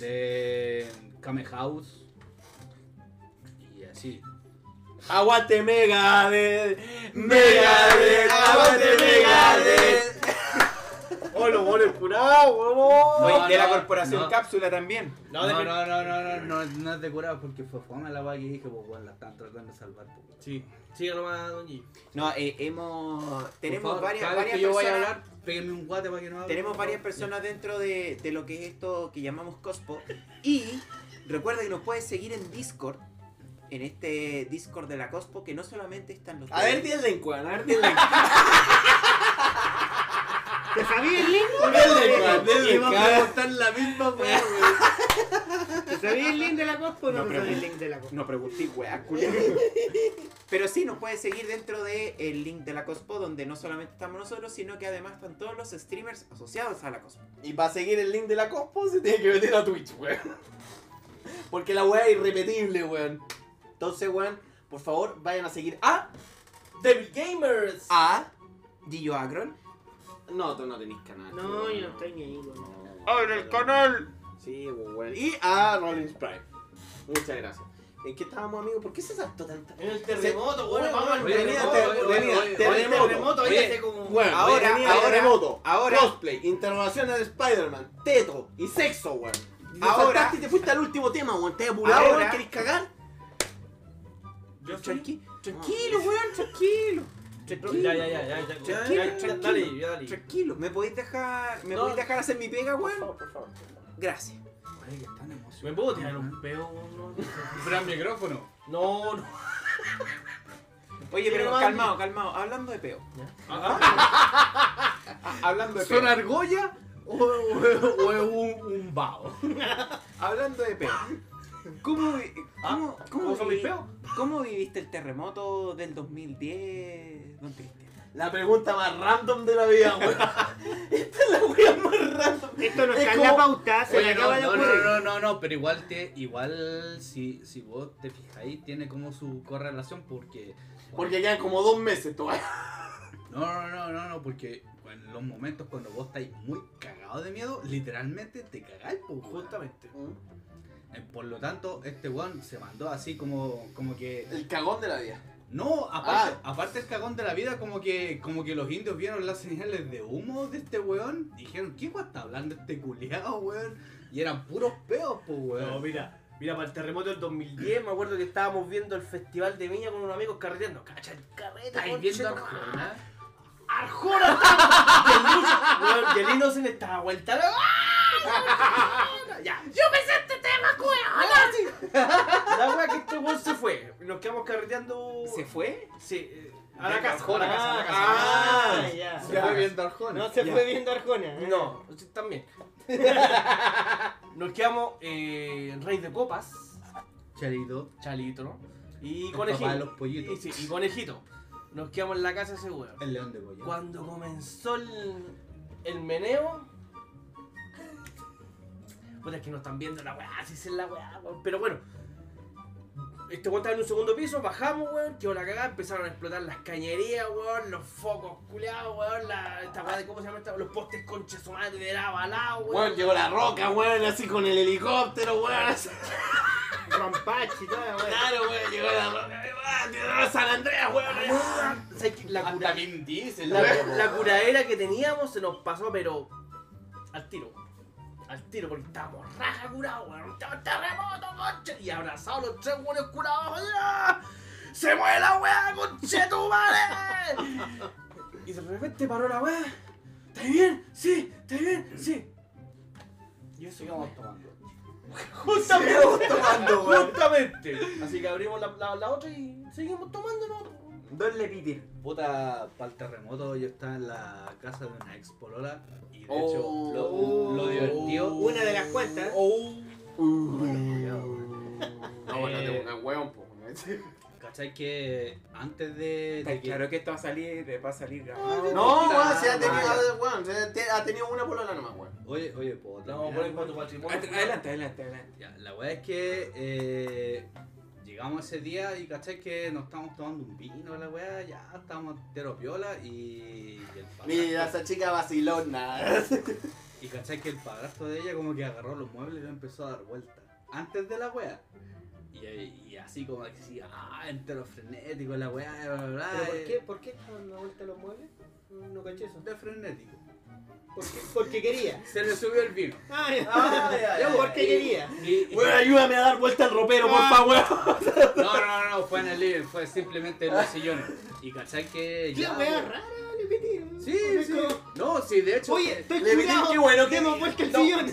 de Kame House y así. Aguante Megadeth, Megadeth, aguante Megadeth. Oh, los goles curados, weón. No, de la no, corporación no. Cápsula también. No, no, no, no, no, no, no es de curado porque fue fome la vaga y dije, pues bueno, la están tratando de salvar. pues, weón. Sí, sígalo más, Don G. No, eh, hemos tenemos Por favor, varias cada vez varias que yo vaya a personas- hablar, pégame un guate para que no hable, Tenemos por favor. varias personas dentro de, de lo que es esto que llamamos Cospo. Y recuerda que nos puedes seguir en Discord. En este Discord de la Cospo, que no solamente están los. A ver, di el link, weón, a ver, di el link. ¿Te sabía el link? Y Iba vamos a a preguntar, botar la misma weá, ¿Te sabía el link de la cospa o no, te sabía el link de la cospa? No pregunté, weá, Pero sí, nos puedes seguir dentro del el link de la Cospo, donde no solamente estamos nosotros, sino que además están todos los streamers asociados a la Cospo. Y para seguir el link de la Cospo se tiene que meter a Twitch, weón. Porque la weá es irrepetible, weón. Entonces, weón, por favor, vayan a seguir a Devil Gamers. A Gillo Agron. No, tú no tenés canal. No, yo no estoy ni ahí, weón. ¡Abre el canal! Sí, weón. Y a Rollins Prime. Muchas gracias. ¿En qué estábamos, amigos? ¿Por qué se saltó tanta? En el terremoto, weón. Oye, Vamos al oye, terremoto. oye, weón. oye, oye, Terremoto. terremoto, Oye, oye, hace como- Bueno, Ahora, ahora, ahora, ahora, remoto, ahora. cosplay, interrogaciones de Spider-Man, teto y sexo, weón. Ahora. Ahora. y te fuiste al último tema, weón. Te apurado, Ahora. weón. ¿Querés cagar? Yo soy- Ah. Tranqui- tranquilo, weón, tranquilo. Tranquilo. Ya, ya, ya, ya, ya, ya, Tranquilo, ya, ya, tranquilo. dale, ya, dale. Tranquilo, ¿me podéis dejar, me No. podéis dejar hacer mi pega, weón? por favor. Gracias. ¿Me puedo tirar un peo? weón? Fran micrófono. No, no. Oye, pero Pero, calmado, calmado. Hablando de peo. Ah, Hablando de ¿Son peo. argolla o, o- o es un, un vaho? Hablando de peo. ¿Cómo, vi- cómo, cómo, Ah, ¿cómo son mis vi- peos? cómo viviste el terremoto del 2010, don Cristian? La pregunta más random de la vida, weón. Esta es la weá más random. Esto no está en como- la Ah, pauta, se me Oye, no, acaba de no, ocurrir. no, no, no, no, pero igual te, igual si, si vos te fijáis, tiene como su correlación porque. Porque quedan como dos meses ¿eh? todavía. No, no, no, no, no, porque en los momentos cuando vos estáis muy cagado de miedo, literalmente te cagáis, pues, weón. Justamente. Eh, Por lo tanto, este weón se mandó así como, como que. El cagón de la vida. No, aparte, Ah. aparte el cagón de la vida, como que, como que los indios vieron las señales de humo de este weón, dijeron, ¿qué weón está hablando este culiado, weón? Y eran puros peos, pues No, weón. mira, mira, para el terremoto del 2010, me acuerdo que estábamos viendo el festival de Viña con unos amigos carreteando. Cacha, el carrete, ¿Estáis conche viendo tu- Arjona? ¡Arjona! Y el Lucho- weón, y el Innocent estaba vuelta loca. Ya. ¡Yo pensé este tema, cueva! La wea que este weón se fue. Nos quedamos carreteando. ¿Se fue? Sí, eh, a la casa. Arjona, a la casa, a la casa. Ah, ya. Se fue viendo Arjona. No se fue viendo Arjona. ¿eh? No, sí, también. Nos quedamos eh, Rey de Copas, Charito. Chalito, y El papá de Conejito. los pollitos. Y, sí, y Conejito. Nos quedamos en la casa ese weón. El león de pollo. Cuando comenzó el, el meneo. Puta, es que no están viendo la weá, si es la weá, weón. Pero bueno, este weón estaba en un segundo piso, bajamos, weón, quedó la cagada, empezaron a explotar las cañerías, weón, los focos culeados, weón, la, esta weá de cómo se llama esta, los postes concha de su madre de lado a Ah, lado, weón. Weón, llegó la roca, weón, así con el helicóptero, weón. así. Rampachi, toda, weón. Claro, weón, llegó la roca. weón, llegó San Andreas, weón. ¿Sabes qué? La, cura, Hasta Vin Diesel, la, weón. la curadera que teníamos se nos pasó, pero al tiro. Al tiro, porque estábamos raja curados, weón. Estaba terremoto, conche. Y abrazados los tres buenos curados. ¡ah! ¡Se mueve la weá, conche tu madre! y de repente paró la weá. ¿Estáis bien? Sí, ¿estáis bien? Sí. Y eso Sigamos tomando. Justamente. tomando, weón. Justamente. Así que abrimos la, la- la otra y seguimos tomándonos. Don Lepitir. Puta, para el terremoto yo estaba en la casa de una ex polola y de Oh. hecho lo, lo divertido. Una de las cuentas. No, bueno, te pongas weón, po. Eh, ¿Cachai que antes de, de Está que- claro que esto va a salir, va a salir grabado. No, Puta weón, si ha madre. tenido, weón, se ha te- ha tenido una polola nomás, weón. Oye, oye, puedo No, terminar? por cuanto patrimonio. Ad- Adelante, adelante, adelante. Ya, la weá es que eh, llegamos ese día y cachai que nos estábamos tomando un vino, la weá, ya estábamos entero piola y, y el Mira, padrastro, esa chica vacilona. y cachai que el padrastro de ella como que agarró los muebles y lo empezó a dar vuelta. Antes de la weá. Y, y así como que decía, ah, entero frenético, la weá, bla, bla, bla. ¿Pero por eh, qué? ¿Por qué cuando vuelta los muebles? No caché eso. De frenético. ¿Por qué? Porque quería. Se le subió el vino. Ah, Ah, ya, ya, ya, porque ya. quería. Ah. Y- y- Weón, ayúdame a dar vuelta al ropero, por favor. no, no, no, no, fue en el living, fue simplemente en los sillones. Y cachai que Qué ya. wea pues, rara, le metí, ¿no? Sí, sí. No, sí, de hecho. Oye, estoy Le metí, curado. qué bueno que hemos vuelto el No. sillón.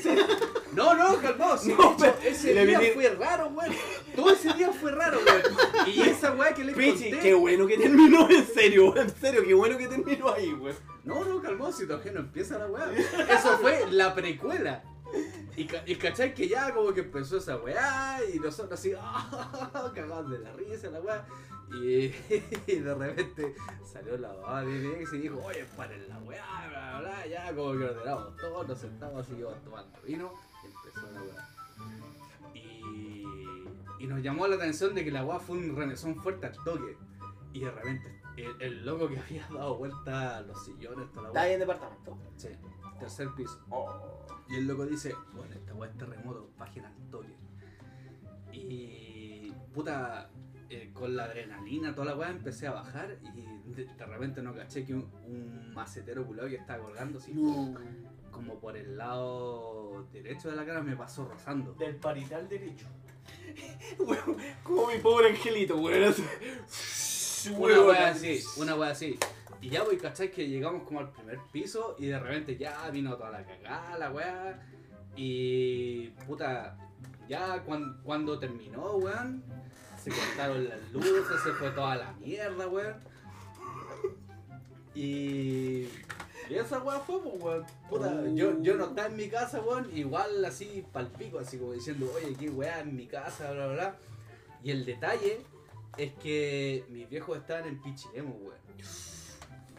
No, no, calmado. sí, de hecho, ese le día metí- fue raro, güey. Todo ese día fue raro, güey. Y esa weá que le Pichi, conté. qué bueno que terminó, en serio, en serio, qué bueno que terminó ahí, güey. No, no, calmó, si todavía no empieza la weá. Eso fue la precuela. Y, ca- y cachai que ya como que empezó esa weá y nosotros así, ah, cagados de la risa la weá. Y, y de repente salió la mamá de DX y dijo, oye, paren la weá, bla, bla, bla, ya como que ordenamos todo, nos sentamos así, íbamos tomando vino y empezó la weá. Y, y nos llamó la atención de que la weá fue un remesón fuerte al toque. Y de repente el, el loco que había dado vuelta a los sillones, toda la Está weá. ahí en departamento. Oh. Sí, tercer piso. Y el loco dice, bueno, esta weá es terremoto, página al toque. Y puta, eh, con la adrenalina, toda la weá empecé a bajar y de, de repente no caché que un, un macetero culado que estaba colgando así como por el lado derecho de la cara me pasó rozando. Del parital derecho. Weón, como mi pobre angelito, weón. así. Una Weón, Eh, wea así, una wea así. Y ya voy, ¿cachai? Que llegamos como al primer piso y de repente ya vino toda la cagada, la wea. Y puta, ya cuan- cuando terminó, weón, se cortaron las luces, se fue toda la mierda, weón. Y. Y esa weá fue, pues, weón. Puta, yo, yo no estaba en mi casa, weón. Igual así palpico, así como diciendo, oye, qué weá en mi casa, bla, bla, bla. Y el detalle es que mis viejos estaban en Pichilemu, weón.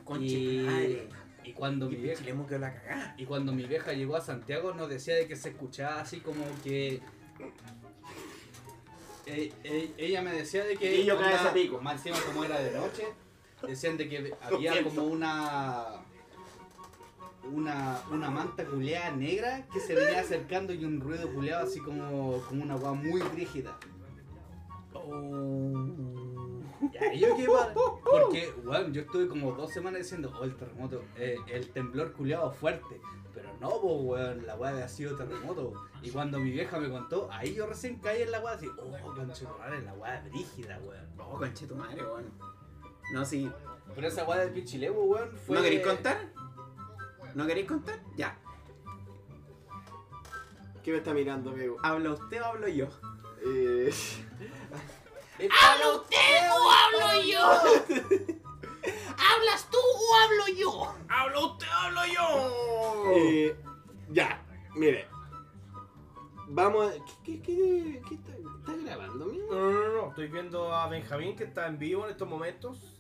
Conche y, tu madre. y cuando mi Y vieja, Chilemo quedó la cagada. y cuando mi vieja llegó a Santiago nos decía de que se escuchaba así como que E- e- ella me decía de que Y yo cada onda, vez a pico. más encima como era de noche decían de que había como una una, una manta culeada negra que se venía acercando y un ruido culeado así como, como una agua muy rígida. Ya, y yo quedé mal, porque, weón, yo estuve como dos semanas diciendo, oh, el terremoto, eh, el temblor culeado fuerte. Pero no, po, weón, la weá había sido terremoto. Y cuando mi vieja me contó, ahí yo recién caí en la weá así, oh, conchetumare, la weá brígida, weón. Oh, conche tu madre, weón. No, sí. Pero esa weá del pichilebo, weón, fue... ¿No queréis contar? ¿No queréis contar? Ya. ¿Qué me está mirando, amigo? ¿Habla usted o hablo yo? Eh... ¡Habla usted o hablo yo! ¿Hablas tú o hablo yo? ¡Hablo usted, hablo yo! Eh, ya, mire. Vamos a... ¿Qué, qué, qué, qué está, está grabando, amigo? No, no, no, no, estoy viendo a Benjamín que está en vivo en estos momentos.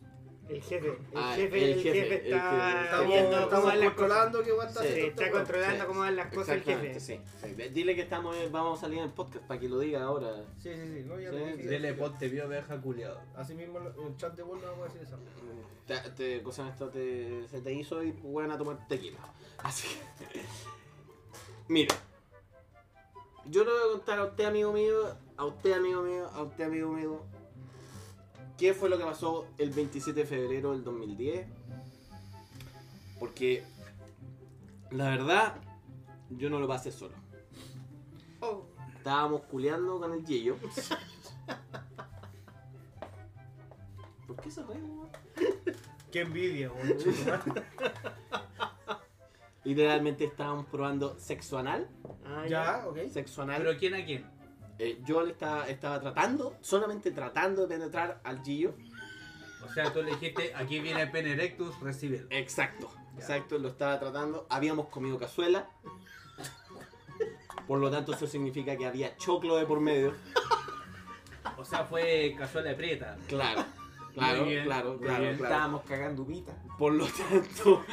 El jefe, el Ah, jefe, el el jefe, jefe el está jefe. Estamos, viendo cómo estamos van las controlando qué guanta cosas. Sí, haciendo este está weón. controlando cómo van las cosas el Exactamente, jefe. sí, sí. Dile que estamos, vamos a salir en el podcast para que lo diga ahora. Sí, sí, sí, no, ya Sí, lo dije. Dele, pot, te vio vieja culeado. Así mismo eh, en el chat de vuelta vamos a decir eso. Te, te, cosa esta te, se te hizo y van a tomar tequila. Así que. Mira. Yo le voy a contar a usted, amigo mío, a usted, amigo mío, a usted, amigo mío, qué fue lo que pasó el 27 de febrero del 2010. Porque, la verdad, yo no lo pasé solo. Estábamos culeando con el Yello. ¿Por qué se reí, weón? Qué envidia, weón. Literalmente estábamos probando sexo anal. Ah, ya, ok. Sexo anal. ¿Pero quién a quién? Eh, yo le estaba, estaba tratando, solamente tratando de penetrar al Gillo. O sea, tú le dijiste, aquí viene Pene Erectus, recíbelo. Exacto. Ya. Exacto, lo estaba tratando. Habíamos comido cazuela. Por lo tanto, eso significa que había choclo de por medio. O sea, fue cazuela de prieta. Claro, claro, Muy bien, claro, muy claro, bien. claro. cagando ubita. Por lo tanto,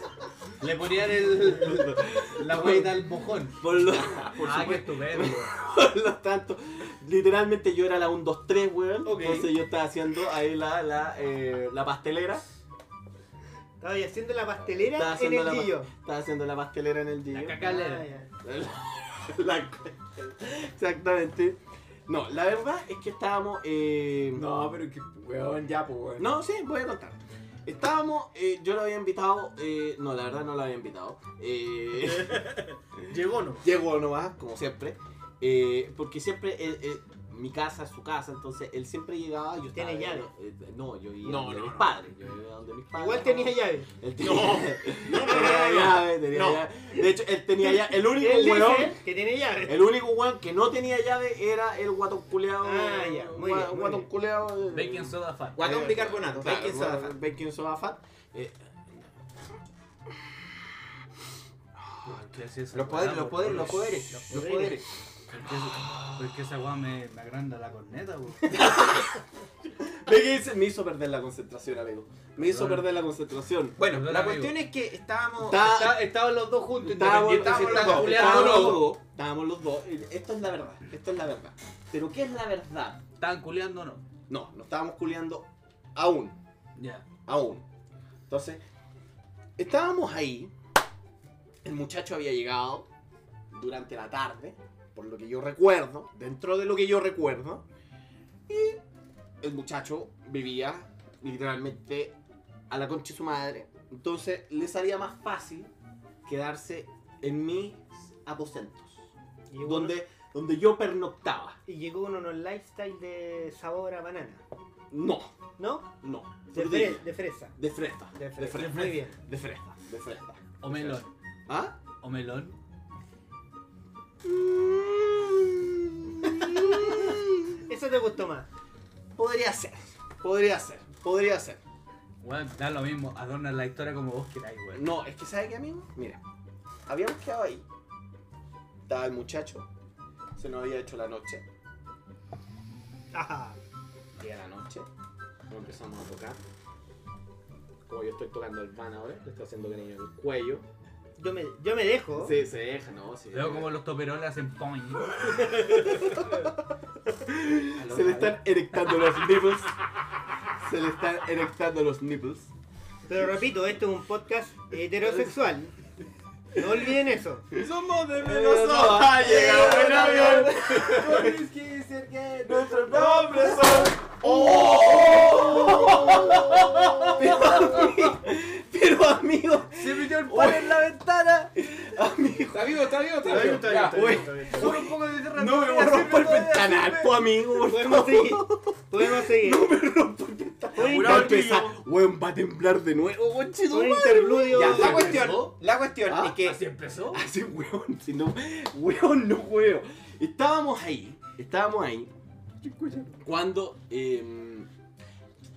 Le ponían el, la hueita al mojón. por lo, ah, qué estupendo. por lo tanto, literalmente yo era la 1, 2, 3, weón. Ok. Entonces yo estaba haciendo ahí la, la, eh, la pastelera. Estaba ahí haciendo la pastelera Estaba en haciendo, el la, pa- guillo. estaba haciendo la pastelera en el Gillo. La Ah, cacalera. ya. La- Exactamente. No, la verdad es que estábamos. eh, No, pero que weón, ya, pues weón. no, sí, voy a contar. Estábamos, eh, yo lo había invitado, eh, no, la verdad no lo había invitado. eh, Llegó no. llegó nomás, como siempre, eh, porque siempre eh, eh, mi casa es su casa, entonces él siempre llegaba, yo estaba... ¿Tiene llave? eh, eh, no, yo vivía No, donde no, mis no. padres, yo vivía donde mis padres. Igual tenía llave. Él tenía No. llave, No, tenía no, no, no. llave, tenía No. llave. De hecho, él tenía llave, el único Él dice weón... que tiene llave. El único weón que no tenía llave era el guatón culeado. Ah, ya, muy bien, muy Guatón bien. culeado. eh, Baking soda fan. Guatón bicarbonato, Claro, baking soda guatón- Baking soda fat. Eh, Los poderes, los poderes, los poderes, los poderes. Porque esa weá me, me agranda la corneta, weón. Ve que dice, me hizo perder la concentración, amigo. Me hizo Perdón. perder la concentración. Bueno, Perdón, la amigo. cuestión es que estábamos. Está- está- Estaban los dos juntos, Estábamos, independiente si estábamos los están dos, culeando o estábamos no. los dos, estábamos los dos. Esto es la verdad, esto es la verdad. Pero ¿qué es la verdad? Estaban culeando o no. No, no estábamos culeando aún. Ya. aún. Entonces, estábamos ahí, el muchacho había llegado durante la tarde, por lo que yo recuerdo, dentro de lo que yo recuerdo, y el muchacho vivía literalmente a la concha de su madre. Entonces, le salía más fácil quedarse en mis aposentos, Y llegó donde, donde yo pernoctaba. uno- Y llegó uno en un lifestyle de sabor a banana. No, ¿No? no. De, Frutilla. fre- de fresa. De fresa. De De fresa, fresa. muy bien. De fresa. De fresa. O melón. ¿Ah? O melón. Eso te gustó más. Podría ser. Podría ser. Podría ser. Weón, da lo mismo. Adorna la historia como vos queráis, weón. No, es que ¿sabe qué, amigo? Mira, habíamos quedado ahí. Estaba el muchacho. Se nos había hecho la noche. Ajá. Llega la noche. Nos empezamos a tocar. Como yo estoy tocando el van ahora, le estoy haciendo que en el cuello. Yo me, yo me dejo. Sí, se deja, no, sí. Veo como los toperoles hacen poing. Se le están erectando los nipples. Se le están erectando los nipples. Pero repito, esto es un podcast heterosexual. No olviden eso. Somos de Venezuela. Ha llegado el avión. Nuestros nombres son. Pero amigo, Se metió el palo en la ventana. amigo, Está vivo, está vivo, está vivo. está vivo, está vivo, está un poco de tierra. no me voy a romper el ventanal, po, amigo, por Podemos favor. seguir. Podemos seguir. Va Fue a inter- empezar, weón, va a temblar de nuevo, conche tu fue madre. interludio. Ya, la pues. ¿Así cuestión, empezó? la cuestión Ah, es que Así empezó. Así, weón, si no, weón, no weón. Estábamos ahí, estábamos ahí, cuando eh,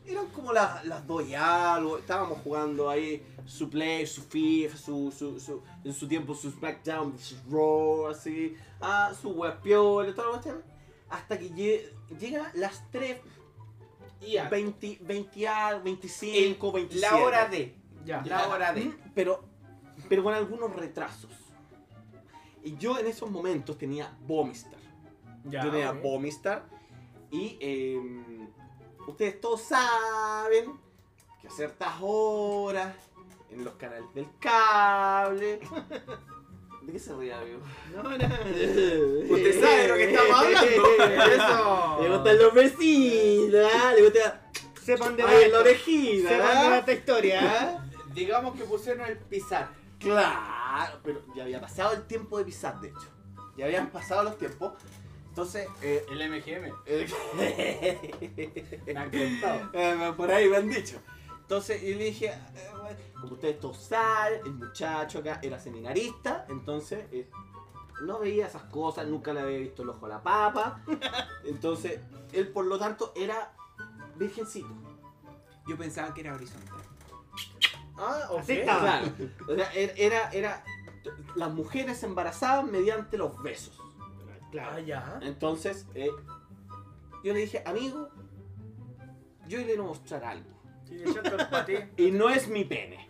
eran como las, las dos y algo, estábamos jugando ahí su play, su FIFA, su, su, su- en su tiempo su SmackDown, su Raw, así, ah, su weón, toda la cuestión, hasta que lle- llega las 3, y a- 20, 20 al- 25, 27. la hora de. La hora de. Mm, Pero, pero con algunos retrasos. Y yo en esos momentos tenía Bomistar. yo tenía Bomistar. Y eh, ustedes todos saben que a ciertas horas en los canales del cable. ¿De qué se ríe, amigo? No, no. Usted sabe de lo que estamos hablando. Le gustan los vecinos, ¿ah? le gusta Sepan de Ay, la dónde orejina. Sepan de ¿ah? esta historia. ¿eh? Digamos que pusieron el pisar. Claro, pero ya había pasado el tiempo de pisar, de hecho. Ya habían pasado los tiempos. Entonces, eh, El MGM. eh, Me han contado. eh, por ahí me han dicho. Entonces, yo le dije, eh, bueno, como ustedes todos saben, el muchacho acá era seminarista, entonces eh, no veía esas cosas, nunca le había visto el ojo a la papa. Entonces, él por lo tanto era virgencito. Yo pensaba que era horizontal. Ah, ok. Así estaba. Claro. O sea, era, era, era- las mujeres se embarazaban mediante los besos. Ah, Claro. ya. Entonces, eh, yo le dije, amigo, yo le quiero mostrar algo. Y no es mi pene.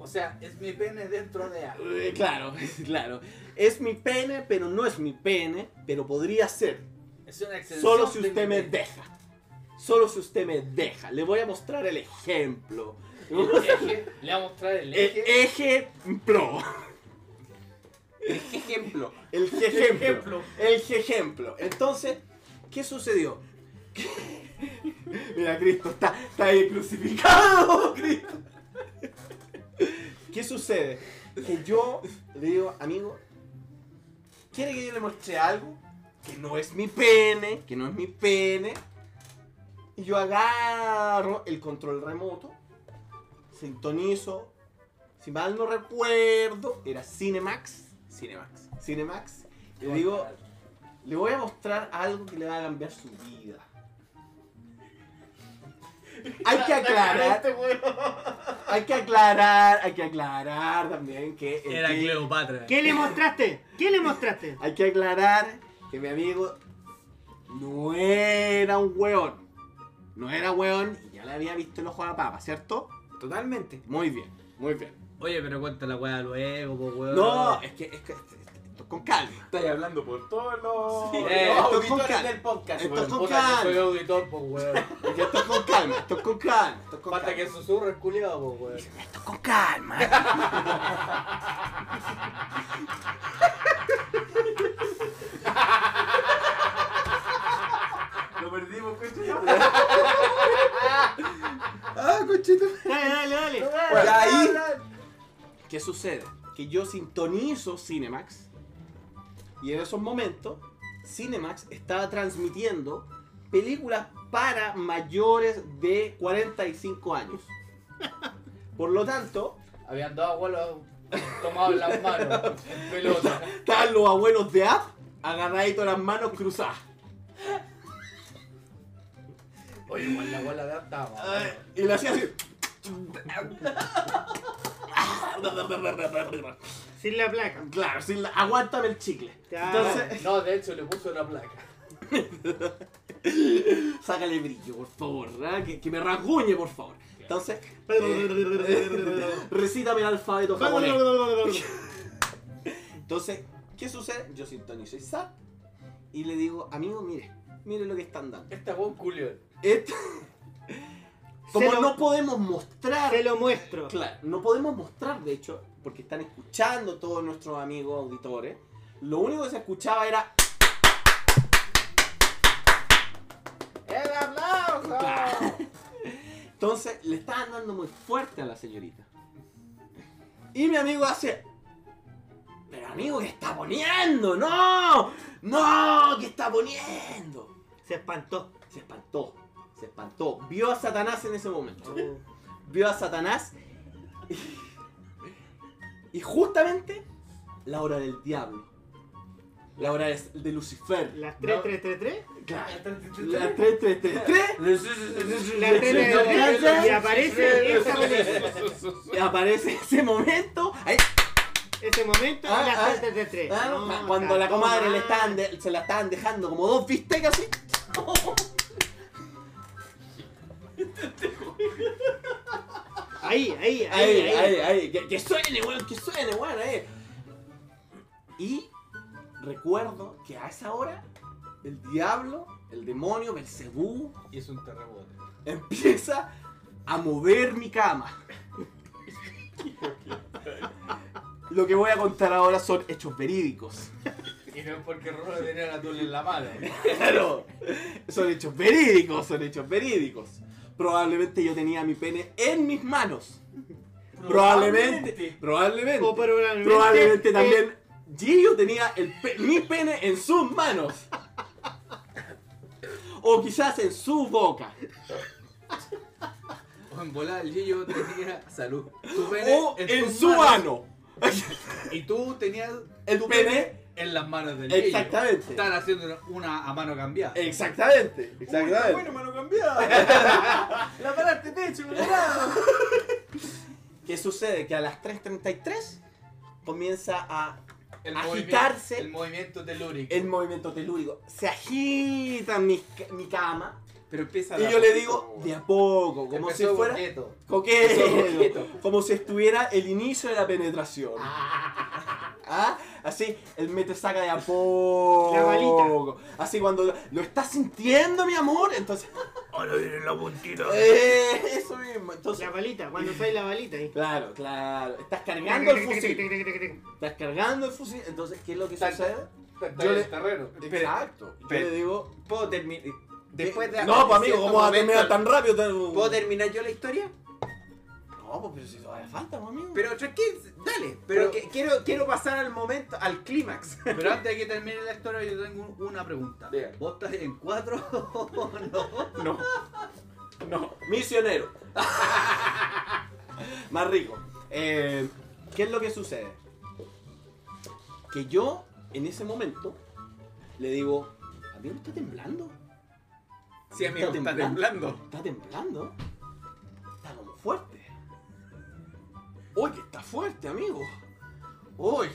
O sea, es mi pene dentro de algo. Eh, claro, claro. Es mi pene, pero no es mi pene, pero podría ser. Es una extensión. Solo si de usted mi me pene. deja. Solo si usted me deja. Le voy a mostrar el ejemplo. El eje, le voy a mostrar el El eje. eje pro. ¿Qué ejemplo? El ejemplo. El ejemplo. Entonces, ¿qué sucedió? Mira, Cristo está, está ahí crucificado, Cristo. ¿Qué sucede? Que yo le digo, amigo, ¿quiere que yo le muestre algo? que no es mi pene, que no es mi pene. Y yo agarro el control remoto, sintonizo. Si mal no recuerdo, era Cinemax. Cinemax. Cinemax. Y le digo, le voy a mostrar algo que le va a cambiar su vida. Hay que este aclarar. Hay que aclarar, hay que aclarar también que. el Era que- Cleopatra. ¿Qué le mostraste? ¿Qué le mostraste? Hay que aclarar que mi amigo no era un weón. No era weón y ya le había visto el ojo a la papa, ¿cierto? Totalmente. Muy bien, muy bien. Oye, pero cuenta la weá luego, po, weón. Ah. No, es que, es que esto es con calma. Estáis hablando por todos los, Sí, los eh, esto es con auditores cal- del podcast. esto weón. es con Puta, yo Soy cal- auditor, pues, weón. Es que esto es con calma, esto es con calma, esto es con Falta calma. que susurro es culiado, pues, weón. Esto es con calma. Lo perdimos, coche. Dale, dale, dale. Y ahí, ¿qué sucede? Que yo sintonizo Cinemax y en esos momentos Cinemax estaba transmitiendo películas para mayores de 45 años. Por lo tanto, Habían dos abuelos tomados las manos en pelota. estaban los abuelos de App agarraditos las manos cruzadas. Oye, igual la abuela de andaba. Y le hacía así. Sin la placa. Claro, sin la- aguántame el chicle. Entonces, No, de hecho le puso una placa. Sácale brillo, por favor, ¿verdad? que, que me rasguñe, por favor. Entonces, eh, recítame el alfabeto japonés. Entonces, ¿qué sucede? Yo sintonizo Isaac y le digo, amigo, mire, mire lo que están dando. Este Esta fue un culión. Esto- Como Se lo- no podemos mostrar, Se lo muestro. claro, no podemos mostrar, de hecho, porque están escuchando todos nuestros amigos auditores, lo único que se escuchaba era... ¡El aplauso! Entonces, le estaban dando muy fuerte a la señorita. Y mi amigo hace. Pero amigo, ¿qué está poniendo? ¡No! ¡No! ¿Qué está poniendo? Se espantó. Se espantó. Se espantó. Vio a Satanás en ese momento. Oh. Vio a Satanás. Y justamente la hora del diablo. La hora de, de Lucifer. Las 3333. La 333. La 3333. Y aparece esa película. Y aparece ese momento. Ahí Ese momento Ah, ah, las 3333. Ah, No, cu- está cuando la todo comadre le mal. estaban de- se la estaban dejando como dos bistecas así. Ahí, ahí, Ahí, ahí, ahí, ahí. Que, que suene, weón, que suene, weón, ahí. Y recuerdo que a esa hora el diablo, el demonio, Belcebú, Y es un terremoto. empieza a mover mi cama. Lo que voy a contar ahora son hechos verídicos. Y no es porque Rolo tenía la tula en la mano. Claro, son hechos verídicos, son hechos verídicos. Probablemente yo tenía mi pene en mis manos. Probablemente, probablemente. O probablemente, Probablemente eh, también Gio tenía el pe- mi pene en sus manos. O quizás en su boca. O en volar el Gillo tenía salud. Tu pene O Oh, en en tus su manos. ano. Y tú tenías El tu pene. en las manos del Gillo. Exactamente. Están haciendo una, una a mano cambiada. Exactamente. Exactamente. mano cambiada. la paraste techo, me ¿Qué sucede? Que a las 3.33 comienza a El Agitarse. movimiento- El movimiento telúrico. el movimiento telúrico. Se agita mi, ca- mi cama. Pero empieza Y yo le digo, de a poco, como si Empezó fuera coqueto. coqueto, Empezó coqueto. como si estuviera el inicio de la penetración. ¿Ah? Así, el mete saca de a poco. La balita. Así cuando lo estás sintiendo, mi amor, entonces... Ahora viene la puntita. eh, eso mismo, entonces... La balita, cuando soy la balita ahí. Claro, claro, estás cargando el fusil. Estás cargando el fusil, entonces, ¿qué es lo que Tac, sucede? Está Yo en le- el terreno. Exacto. Yo Pero- le digo... ¿Puedo terminar? Después de No, pues amigo, cierto ¿cómo vas a momento- terminar tan rápido? Tan- ¿Puedo terminar yo la historia? No, pues, No, pero si todavía falta, amigo. Pero tranquil, dale. Pero, que- quiero, quiero pasar al momento, al clímax. Pero antes de que termine la historia, yo tengo un- una pregunta. ¿Vos estás en cuatro o no? No. No, misionero. Más rico. Eh, ¿Qué es lo que sucede? Que yo, en ese momento, le digo, amigo, ¿está temblando? Sí, amigo, está Está temblando. Está como fuerte. Oye, está fuerte, amigo. Hoy.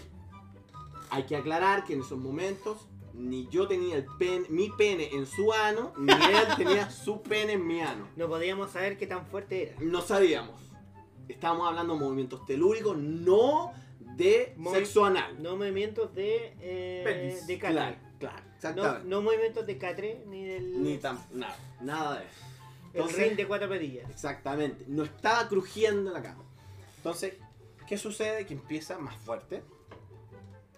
Hay que aclarar que en esos momentos ni yo tenía el pen, mi pene en su ano, ni él tenía su pene en mi ano. No podíamos saber qué tan fuerte era. No sabíamos. Estábamos hablando de movimientos telúricos, no de sexo anal. No movimientos de. eh, Penis. de catre. Claro, claro, no, exactamente. no movimientos de catre ni del. Ni tan, nada, nada de eso. el ring de cuatro pedillas. Exactamente. No estaba crujiendo la cama. Entonces, ¿qué sucede? Que empieza más fuerte.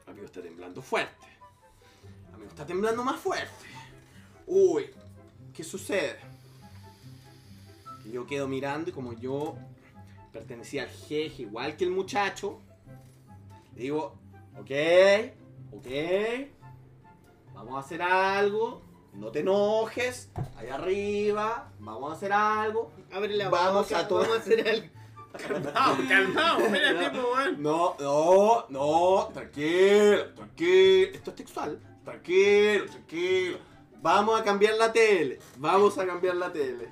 Amigo está temblando fuerte. Amigo está temblando más fuerte. Uy, ¿qué sucede? Que yo quedo mirando y como yo pertenecía al jeje igual que el muchacho, le digo, ok, ok, vamos a hacer algo, no te enojes, allá arriba, vamos a hacer algo, Abre la vamos boca, a tomar vamos a hacer algo. Calmao, calmao, mira el tipo, No, no, no, tranquilo, tranquilo. Esto es textual. Tranquilo, tranquilo. Vamos a cambiar la tele. Vamos a cambiar la tele.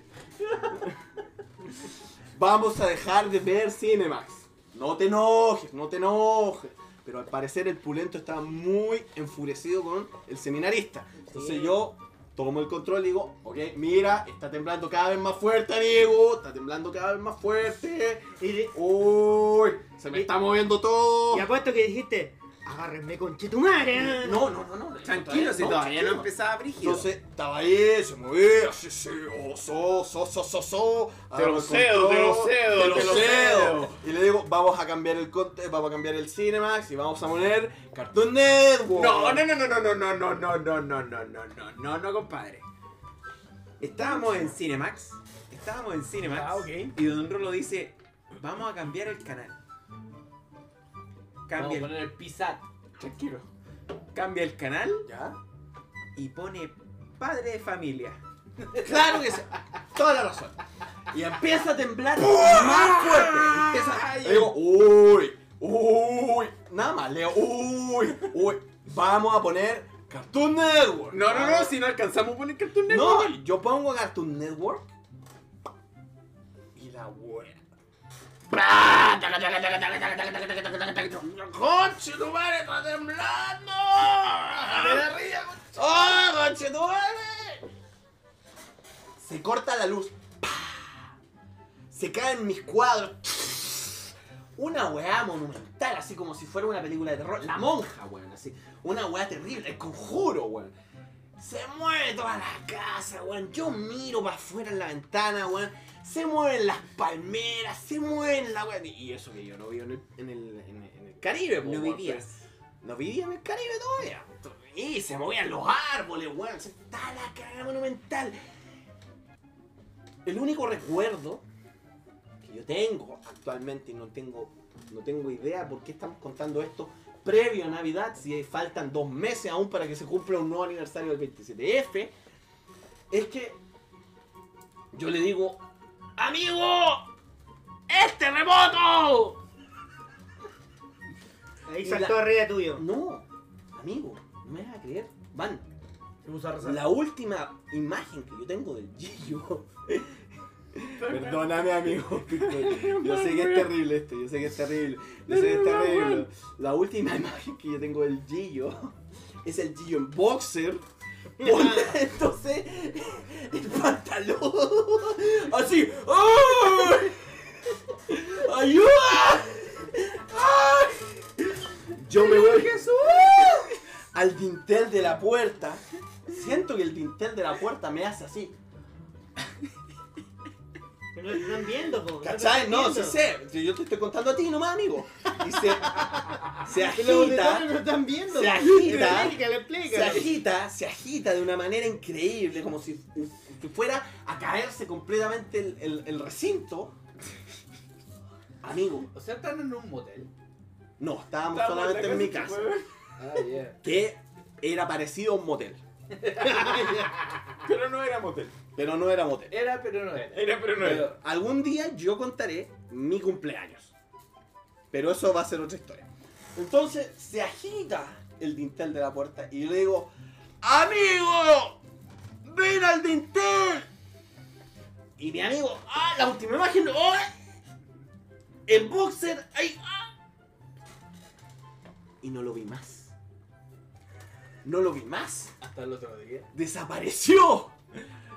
Vamos a dejar de ver Cinemax. No te enojes, no te enojes. Pero al parecer el pulento está muy enfurecido con el seminarista. Entonces yo tomo el control y digo, ok, mira, está temblando cada vez más fuerte, amigo. Está temblando cada vez más fuerte. Uy, se me está moviendo todo. Y apuesto que dijiste, agárrenme con chetumare. No, no, no, no. Tranquilo, si todavía no empezaba brígido. Entonces estaba ahí, se movía, sí, sí, oh, so, so, so, so, so. Te lo Agarro el cedo, te lo control, cedo, te lo te lo cedo. cedo. Y le digo, vamos a cambiar el conte- vamos a cambiar el Cinemax y vamos a poner Cartoon Network. No, no, no, no, no, no, no, no, no, no, no, no, no, no, no, no, compadre. Estábamos en Cinemax. Estábamos en Cinemax. Y Don Rolo dice, vamos a cambiar el canal. Cambia Vamos a el- poner el pisat. Tranquilo. Cambia el canal ¿Ya? y pone padre de familia. Claro que sí. Toda la razón. Y empieza a temblar más fuerte. Empieza. le digo, uy, uy. Nada más, leo, uy, uy. Vamos a poner Cartoon Network. No, no, no, si no alcanzamos a poner Cartoon Network. No, yo pongo Cartoon Network. Y la wea. ¡Conche tu madre, está temblando! ¡De arriba, conche! ¡Oh, conche tu madre! Se corta la luz. ¡Pah! Se caen mis cuadros. Una weá monumental, así como si fuera una película de terror. La monja, weón, así. Una weá terrible, el conjuro, weón. Se mueve toda la casa, weón. Yo miro para afuera en la ventana, weón. Se mueven las palmeras, se mueven la weón. Y eso que yo no vivo en el, en el- en el- en el Caribe, po, No weón, vivías. pero- No vivía en el Caribe todavía. Y se movían los árboles, weón. Se está la cagada monumental. El único recuerdo que yo tengo actualmente, y no tengo, no tengo idea por qué estamos contando esto previo a Navidad, si faltan dos meses aún para que se cumpla un nuevo aniversario del 27F, es que yo le digo, amigo, este ¡es terremoto! Ahí Y saltó la- arriba tuyo. No, amigo, no me vas a creer. Van, Se puso a rezar. la última imagen que yo tengo del Gillo. Perdóname, amigo. Yo sé que es terrible esto, yo sé que es terrible. Yo sé que es terrible. La última imagen que yo tengo del Gillo es el Gillo en boxer. Pon- Entonces, el pantalón. Así. ¡Ay! ¡Ayuda! ¡Ay! Yo me voy al dintel de la puerta. Siento que el dintel de la puerta me hace así. Pero no lo están viendo, po. lo ¿Cachai? están No, sí sé. viendo. Yo- Yo te estoy contando a ti nomás, amigo. Y se, se Los detalles no agita. lo están viendo. Se po. agita. Explícale, Se explícale. agita, se agita de una manera increíble, como si, si fuera a caerse completamente el, el- el recinto. Amigo, O sea, están en un motel. no, estábamos Estábamos solamente en en la mi casa, casa. Ah, yeah. Que era parecido a un motel. Pero no era motel. Pero no era motel. Era, pero no era. Era, pero no era. Algún día yo contaré mi cumpleaños. Pero eso va a ser otra historia. Entonces se agita el dintel de la puerta y yo le digo, amigo, ven al dintel. Y mi amigo, ah, la última imagen, ¡oh! el boxer, ahí, ah". Y no lo vi más. No lo vi más. Hasta el otro día. Desapareció.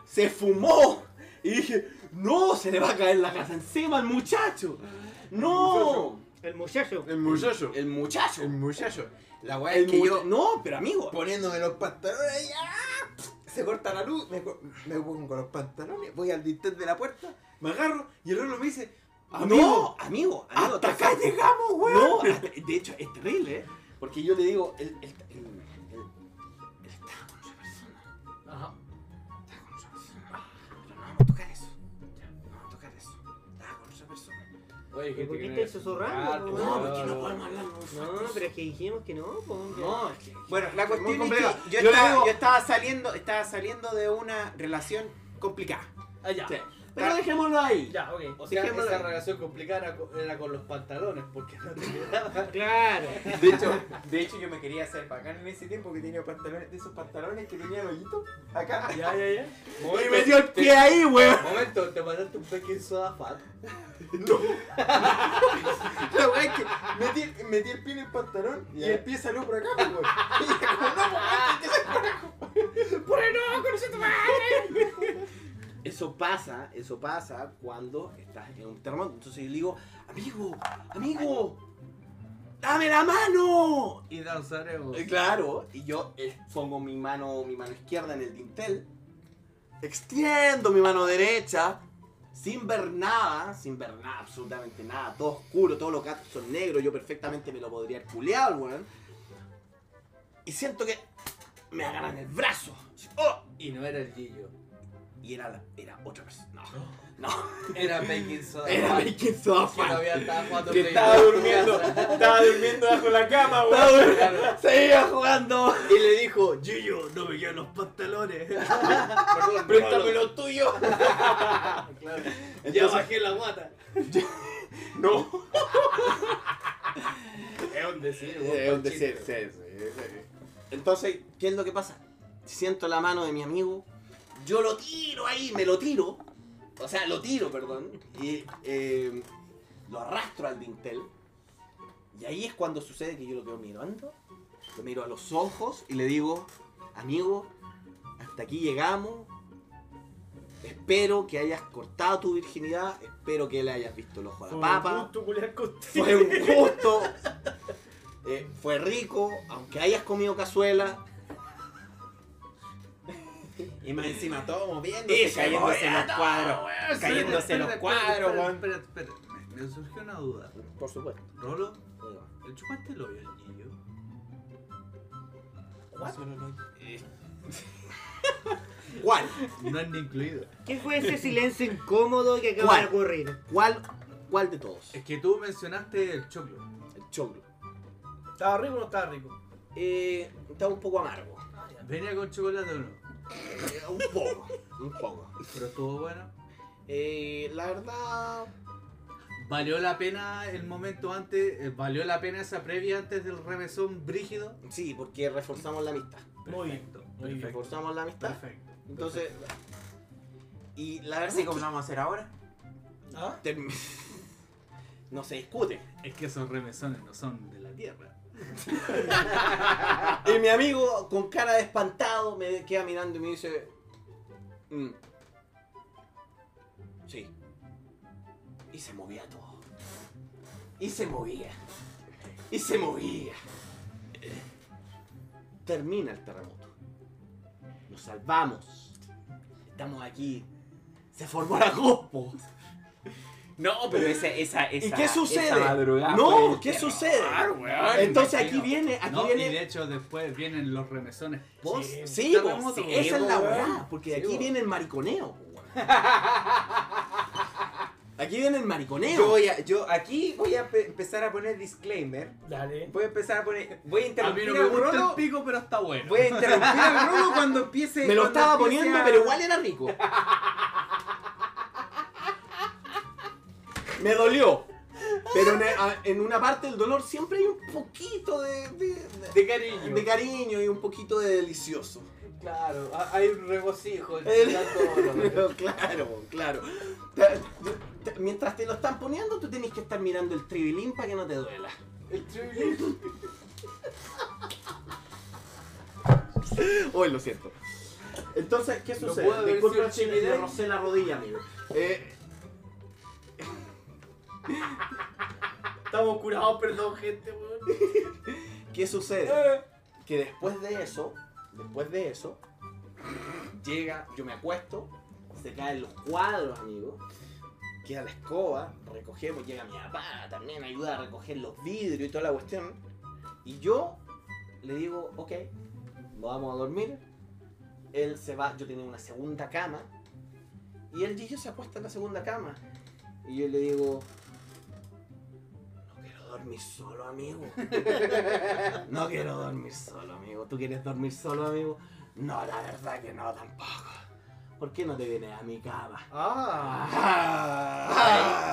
Se fumó. Y dije, no, se le va a caer la casa encima al muchacho. Ah. No. El muchacho. El muchacho. El muchacho. El muchacho. La muchacho. weá es que yo No, pero amigo. Poniéndome los pantalones y ¡ah! se corta la luz, me, co- me pongo los pantalones, voy al dintel de la puerta, me agarro y el reloj me dice, Amigo, amigo, amigo. hasta te- acá llegamos, weón. No, hasta- de hecho, es terrible, ¿eh? Porque yo le digo, él, él, él- él- él estaba con otra persona. Ajá. Estaba con otra persona. Ah, Pero no vamos a tocar eso. Ya, no vamos a tocar eso. Estaba con otra persona. Oye, ¿Pero ¿qué por qué te estáis susurrando? No, porque no podemos hablar. No, pero es que dijimos que no, pues. No, es que- Bueno, la cuestión es que complicado. yo, Yo estaba, le digo- yo estaba saliendo, estaba saliendo de una relación complicada. Ah, ya. Sí. Pero dejémoslo ahí. Ya, ok. O sea, Dejémoslo esa ahí. relación complicada era con- era con los pantalones, porque no te quedaba. Claro. De hecho, de hecho yo me quería hacer bacán en ese tiempo que tenía pantalones, de esos pantalones que tenía el hoyito, acá. Ya, ya, ya. Y Momento, me dio el te- pie ahí, weón. Momento, te mandaste un pequeño soda fat. La weá es que metí, metí el pie en el pantalón Ya. y el pie salió por acá, pues, weón. Y dije, como, no, pues, weón, que se por acá. Por ahí no, conoce tu madre. Eso pasa, eso pasa cuando estás en un terremoto. Entonces yo le digo, amigo, amigo, dame la mano. Y danzaremos. Eh, Claro, y yo eh, pongo mi mano, mi mano izquierda en el dintel, extiendo mi mano derecha, sin ver nada, sin ver nada, absolutamente nada, todo oscuro, todos los gatos son negros, yo perfectamente me lo podría haber culeado, weón. Y siento que me agarran el brazo. Así, ¡oh! Y no era el Gillo. Y era, la- era otra persona. No, Era Baking Soda. era Fat, Baking Soda Que Fan. todavía estaba jugando Que Play estaba Doh. durmiendo. Estaba durmiendo bajo la cama, weón. Estaba durmiendo. Claro. Seguía jugando. Y le dijo, Gillo, no me quedan los pantalones. Perdón, Préstame los tuyos. Claro. Ya Entonces- bajé la guata. No. Es un decir, vos, Eh, un Panchito. decir, sí, sí, sí. Entonces, ¿qué es lo que pasa? Siento la mano de mi amigo, yo lo tiro ahí, me lo tiro, o sea, lo tiro, perdón, y eh, lo arrastro al dintel. Y ahí es cuando sucede que yo lo quedo mirando, lo miro a los ojos y le digo, amigo, hasta aquí llegamos. Espero que hayas cortado tu virginidad, espero que le hayas visto el ojo a la papa. Fue un gusto. Eh, fue rico, aunque hayas comido cazuela. Y más encima todo Y moviéndose, se cayéndose movía los todo, cuadros. Espera, Cayéndose espera, los espera, cuadros, espera, weón. espera, espera. Me me surgió una duda. Por supuesto. Rolo, ¿el chupaste lo vio el Gillo? ¿Cuál? No han incluido. ¿Qué fue ese silencio incómodo que acaba ¿Cuál? de ocurrir? ¿Cuál? ¿Cuál de todos? Es que tú mencionaste el choclo. El choclo. ¿Estaba rico o no estaba rico? Eh, estaba un poco amargo. Venía con chocolate o no. Eh, un poco. Un poco. Pero estuvo bueno. Eh, la verdad. ¿Valió la pena el momento antes? eh, ¿Valió la pena esa previa antes del remesón brígido? Sí, porque reforzamos la amistad. Muy bien, Perfecto. muy bien. perfecto, Reforzamos la amistad. Perfecto. Entonces. Y la verdad Así es como que lo vamos a hacer ahora. ¿Ah? term- no se discute. Es que esos remesones no son de la tierra. Ah. Y mi amigo, con cara de espantado, me queda mirando y me dice. "Mm". Sí. Y se movía todo. Y se movía. Y se movía. Termina el terremoto. Nos salvamos. Estamos aquí. Se formó la GOSPO. No, pero esa, esa, esa. ¿Y qué sucede? esa madrugada No, fue- Ah, ¿qué sucede? weón, Entonces imagino. aquí viene, aquí No, viene. Y de hecho después vienen los remesones post. Sí, po, terremoto, sí, po. esa es la weón. weá, porque de Sí, aquí po. viene el mariconeo. po, weón. Aquí viene el mariconeo. Yo, voy a- yo aquí voy a pe- empezar a poner disclaimer. Dale. Voy a empezar a poner. Voy a A mí interrumpir no me al gusta el Rolo. pico, pero está bueno. Voy a interrumpir al Rolo cuando empiece. Me lo cuando estaba empiece poniendo, a- pero igual era rico. Me dolió. Pero en, a- en una parte del dolor siempre hay un poquito de, de, De cariño. de cariño y un poquito de delicioso. Claro, a- hay un regocijo. en El- tanto dolor. Pero claro, claro. Ta- ta- Mientras te lo están poniendo, tú tenés que estar mirando el tribilín para que no te duela. El tribilín. Hoy lo siento. Entonces, ¿qué No sucede? puedo haber Disculpa si sido me chileno. rocé la rodilla, amigo. Eh, Estamos curados, perdón, gente, weón. Eh. ¿Qué sucede? Que después de eso, después de eso, llega, yo me acuesto, se caen los cuadros, amigo, queda la escoba, recogemos, llega mi papá, también ayuda a recoger los vidrios y toda la cuestión. Y yo le digo, ok, nos vamos a dormir. Él se va, yo tenía una segunda cama, y él y yo se acuesta en la segunda cama. Y yo le digo, no quiero dormir solo, amigo. No quiero dormir solo, amigo. ¿Tú quieres dormir solo, amigo? No, la verdad que no, tampoco. ¿Por qué no te vienes a mi cama? Ah.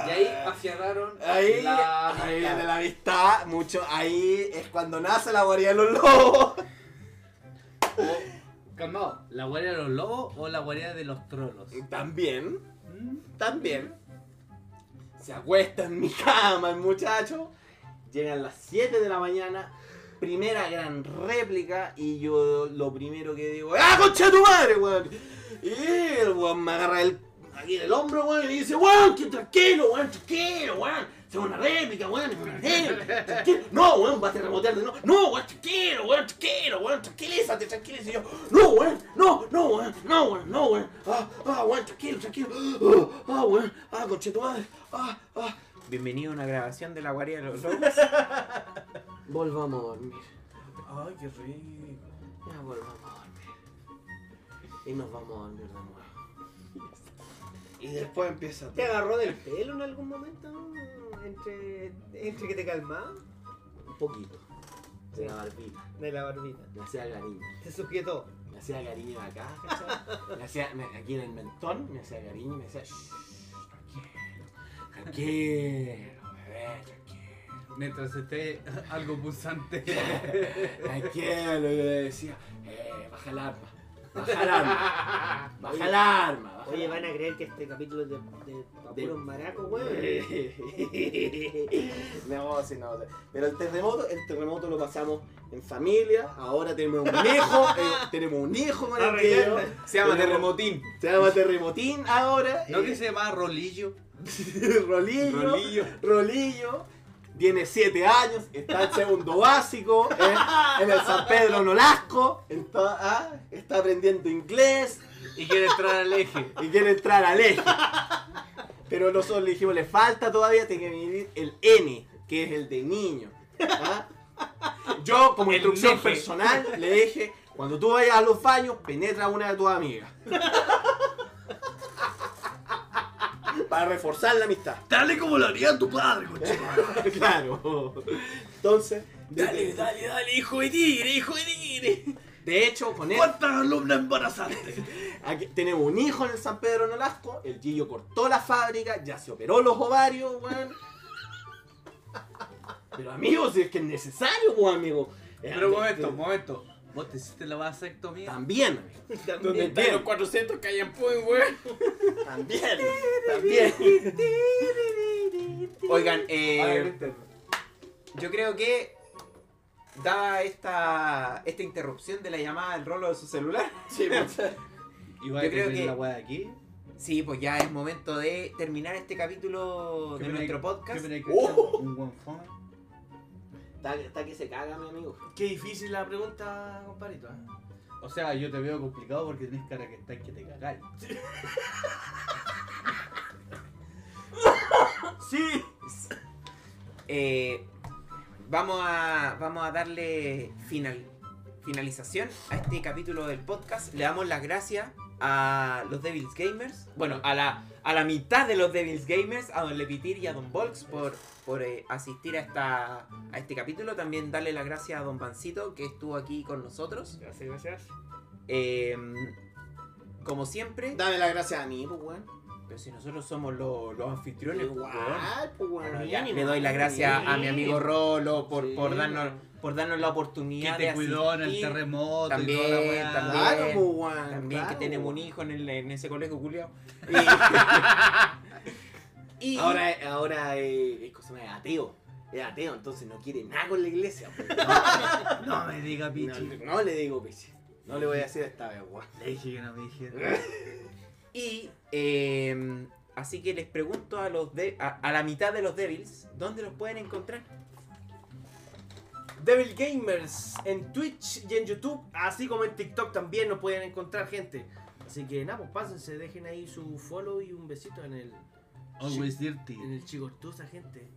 Y ahí afianzaron Ahí, la ahí amistad. de la amistad, mucho, ahí es cuando nace la guarida de los lobos. Calmado, ¿la guardia de los lobos o la guardia de los trolos? Mm. También, también, se acuesta en mi cama el muchacho, llegan las 7 de la mañana, primera gran réplica, y yo lo primero que digo, ¡ah, concha de tu madre, weón! Y el weón me agarra el, aquí del hombro, weón, y dice, weón, que tranquilo, weón, tranquilo, weón, es una réplica, weón, es una réplica, tranquilo, no, weón, vas a rebotear de no, no, weón, tranquilo, weón, tranquilo, weón, tranquilízate, tranquilízate, y yo, no, weón, no, no, weón, no, weón, no, weón, ah, ah, weón, tranquilo, tranquilo, ah, ah, weón, ah, concha de tu madre, ah, ah, Bienvenido a una grabación de la guarida de los lobos. volvamos a dormir. Ay, qué rico. Ya volvamos a dormir. Y nos vamos a dormir de nuevo. Y después empieza ¿Te agarró del pelo en algún momento? Entre, entre que te calmaba un poquito. De la barbita. de la barbita. Me hacía cariño. Te sujetó. Me hacía cariño acá, ¿cachai? Me hacía, me- aquí en el mentón, me hacía cariño y me decía, "Shh, tranquilo. Tranquilo, bebé, Mientras esté algo pulsante. tranquilo. Tranquilo. Y yo le decía, eh, baja el arma. Baja el arma. Baja el arma. baja Oye, el van arma". a creer que este capítulo es de, de pa' De- puros maracos, weón. no, sí, no. Pero el terremoto, el terremoto lo pasamos en familia. Ahora tenemos un hijo, eh, tenemos un hijo con el que Arreglando. Se llama Terremotín. Se llama terremotín ahora. ¿No que eh, se llamaba Rolillo? rolillo, rolillo. Tiene 7 años, está en segundo básico, eh, en el San Pedro Nolasco, está, ah, está aprendiendo inglés Y quiere entrar al eje. y quiere entrar al eje. Pero nosotros le dijimos, le falta todavía, tiene que venir el N, que es el de niño. ¿ah? Yo, como El instrucción neje. personal, le dije, cuando tú vayas a los baños, penetra a una de tus amigas. Para reforzar la amistad. Dale como lo haría tu padre, coche. claro. Entonces, Dale, de, dale, dale, hijo de tigre, hijo de tigre. de hecho, con él ¿Cuántas alumnas embarazaste? Aquí tenemos un hijo en el San Pedro Nolasco, el Gillo cortó la fábrica, ya se operó los ovarios, weón. Pero amigos, es que es necesario, weón, amigo. Eh, Pero un de- momento, de- un momento. ¿Vos te hiciste la vasectomía? También, amigo. ¿Dónde están los 400 que hay en Puy, weón? También, también. Oigan, eh, yo creo que dada esta esta interrupción de la llamada del Rolo de su celular, ¿Y vas Yo a creo tener que- la weá de aquí? sí, pues ya es momento de terminar este capítulo de ¿Qué nuestro me- podcast. ¿Qué me ¡Oh! Un buen fome. Está, está que se caga, mi amigo. Qué difícil la pregunta, compadrito. ¿eh? O sea, yo te veo complicado porque tenés cara que estás que te cagáis. Sí. Eh, vamos, a, vamos a darle final, finalización a este capítulo del podcast. Le damos las gracias a los Devils Gamers, bueno, a la, a la mitad de los Devils Gamers, a Don Lepitir y a Don Volks por, por eh, asistir a, esta, a este capítulo. También darle las gracias a Don Pancito que estuvo aquí con nosotros. Gracias, gracias. Eh, como siempre. Dame las gracias a mí, pues, weón. Pero si nosotros somos los, los anfitriones, pues, weón. Igual, pues, weón. Bueno, ya, mínimo. le doy las gracias a mi amigo Rolo por, Sí, por, darnos, por darnos la Que oportunidad de te cuidó en el asistir. terremoto y toda la También, weá. también. Claro, pues, weón. También claro, que tenemos pues. un hijo en, el- en ese colegio, culiao. Y, y- Ahora, ahora eh, es cosa más, es ateo. Es ateo, entonces no quiere nada con la iglesia. pues. No me diga, No, pichi. no le digo pichi. No le voy a decir esta vez, weón. Le dije que no me dijera. y, eh, así que les pregunto a los de, a, a la mitad de los Devils, ¿dónde los pueden encontrar? Devil Gamers en Twitch y en YouTube, así como en TikTok también nos pueden encontrar gente. Así que nada, pues pásense, dejen ahí su follow y un besito en el, Always dirty. en el chigortusa, gente.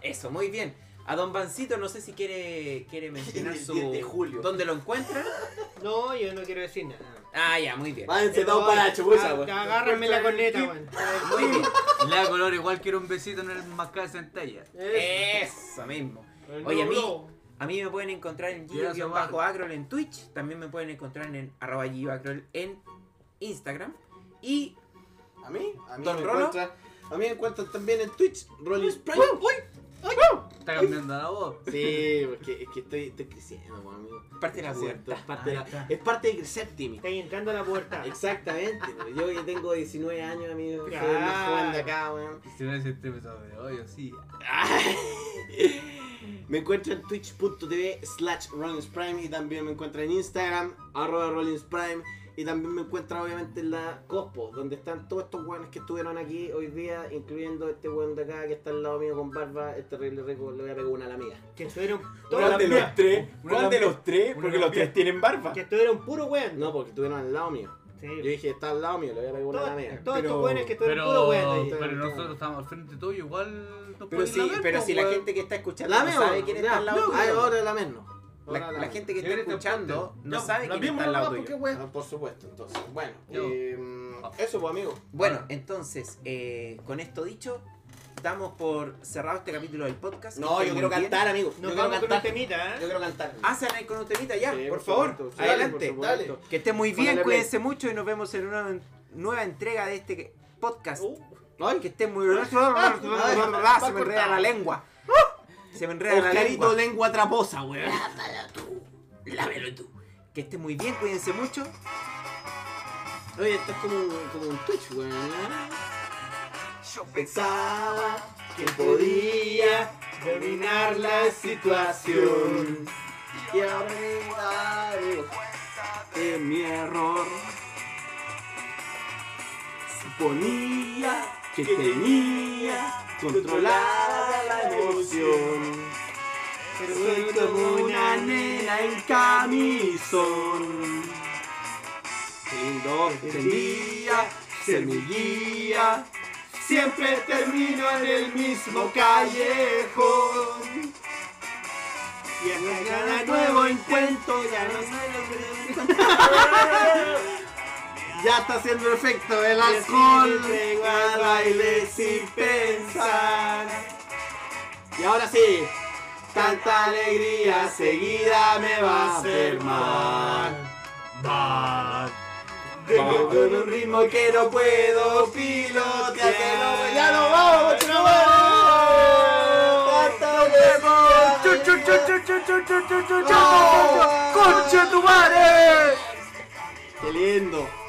Eso, muy bien. A Don Bancito, no sé si quiere, quiere mencionar El su. 10 de julio. ¿Dónde lo encuentran? No, yo no quiero decir nada. Ah, ya, muy bien. Váyanse Pero, todos para la chupuza, ah, weón. Agárrame la corneta, weón. Muy bien. Le da color igual que era un besito en el mascar de centella. Eso mismo. Oye, a mí, a mí me pueden encontrar en Quiero bajo agrol en Twitch. También me pueden encontrar en arroba Gio-Agrol en Instagram. Y A mí, a mí Don me Rolo. encuentran- a mí me encuentran también en Twitch, Rolling Sprite. Está cambiando la voz. Sí, porque es que estoy, estoy creciendo, pues, amigo. parte de la Cierto, puerta. ah, es parte, de Ahí la- está. es parte de crecer, Timmy. Está ahí entrando a la puerta. Exactamente, pues, yo ya tengo 19 años, amigo. Soy el más Claro. joven de acá, weón. Si no es el tema sobre hoy, o sí. Me encuentro en twitch.tv slash rollingsprime y también me encuentro en Instagram, arroba rollingsprime y también me encuentro obviamente en la Cospo, donde están todos estos weones que estuvieron aquí hoy día, incluyendo este weón de acá que está al lado mío con barba, este terrible rico, le voy a pegar una a la mía. Que estuvieron ¿Cuál de los tres? Una ¿Cuál de lambia. los tres? Una Porque los lambia. tres tienen barba. que estuvieron puro weón. No, porque estuvieron al lado mío. Sí. Yo dije, está al lado mío, le voy a pegar una a la Todos, mía. todos Pero- estos weones que estuvieron Pero, puro weón. pero nosotros estamos al frente tuyo, igual nos Pero pueden si, lamer, pero po, si la weón. gente que está escuchando ¿La no meo? sabe quién está al lado Ay, tuyo. ahora la menos. La, Ahora la menos. gente que está Yo creo que te escuchando no Ya, sabe la quién misma está al lado nomás, tuyo. porque, weón. Ah, por supuesto, entonces. Bueno, Yo. eh, eso pues amigo. Bueno, entonces, eh, con esto dicho, damos por cerrado este capítulo del podcast. No, Estén yo muy quiero bien. cantar, amigo. Nos yo quiero vamos con un cantar. temita, Yo ¿eh? quiero cantar. este Ah, se van a ir con un temita ya, Sí, por, por favor. supuesto, sí, Adelante. por supuesto. Dale. Que estén muy bien, Dale. cuídense mucho y nos vemos en una nueva entrega de este podcast. Ay, que estén muy bien. Ah, se me enreda la lengua. Uh. Se me enreda la Oscarito lengua. lengua traposa, weón. Lávelo tú. Que estén muy bien, cuídense mucho. Oye, esto es como, como un Twitch, weón. Yo Pensaba que podía dominar la situación. Y ahora me daré de mi error. Suponía que tenía controlada la emoción. Pero soy como una nena en camisón. Qué lindo entendía ser mi guía. Siempre termino en el mismo callejón. Y a cada nuevo encuentro ya no sé lo que- Ya está haciendo efecto el alcohol. Al baile sin pensar. Y ahora sí. Tanta alegría seguida me va a hacer mal. Vengo con un ritmo que no puedo pilotear. que no- ya no vamos, no vamos. Hasta luego. ¡Oh! ¡Qué lindo!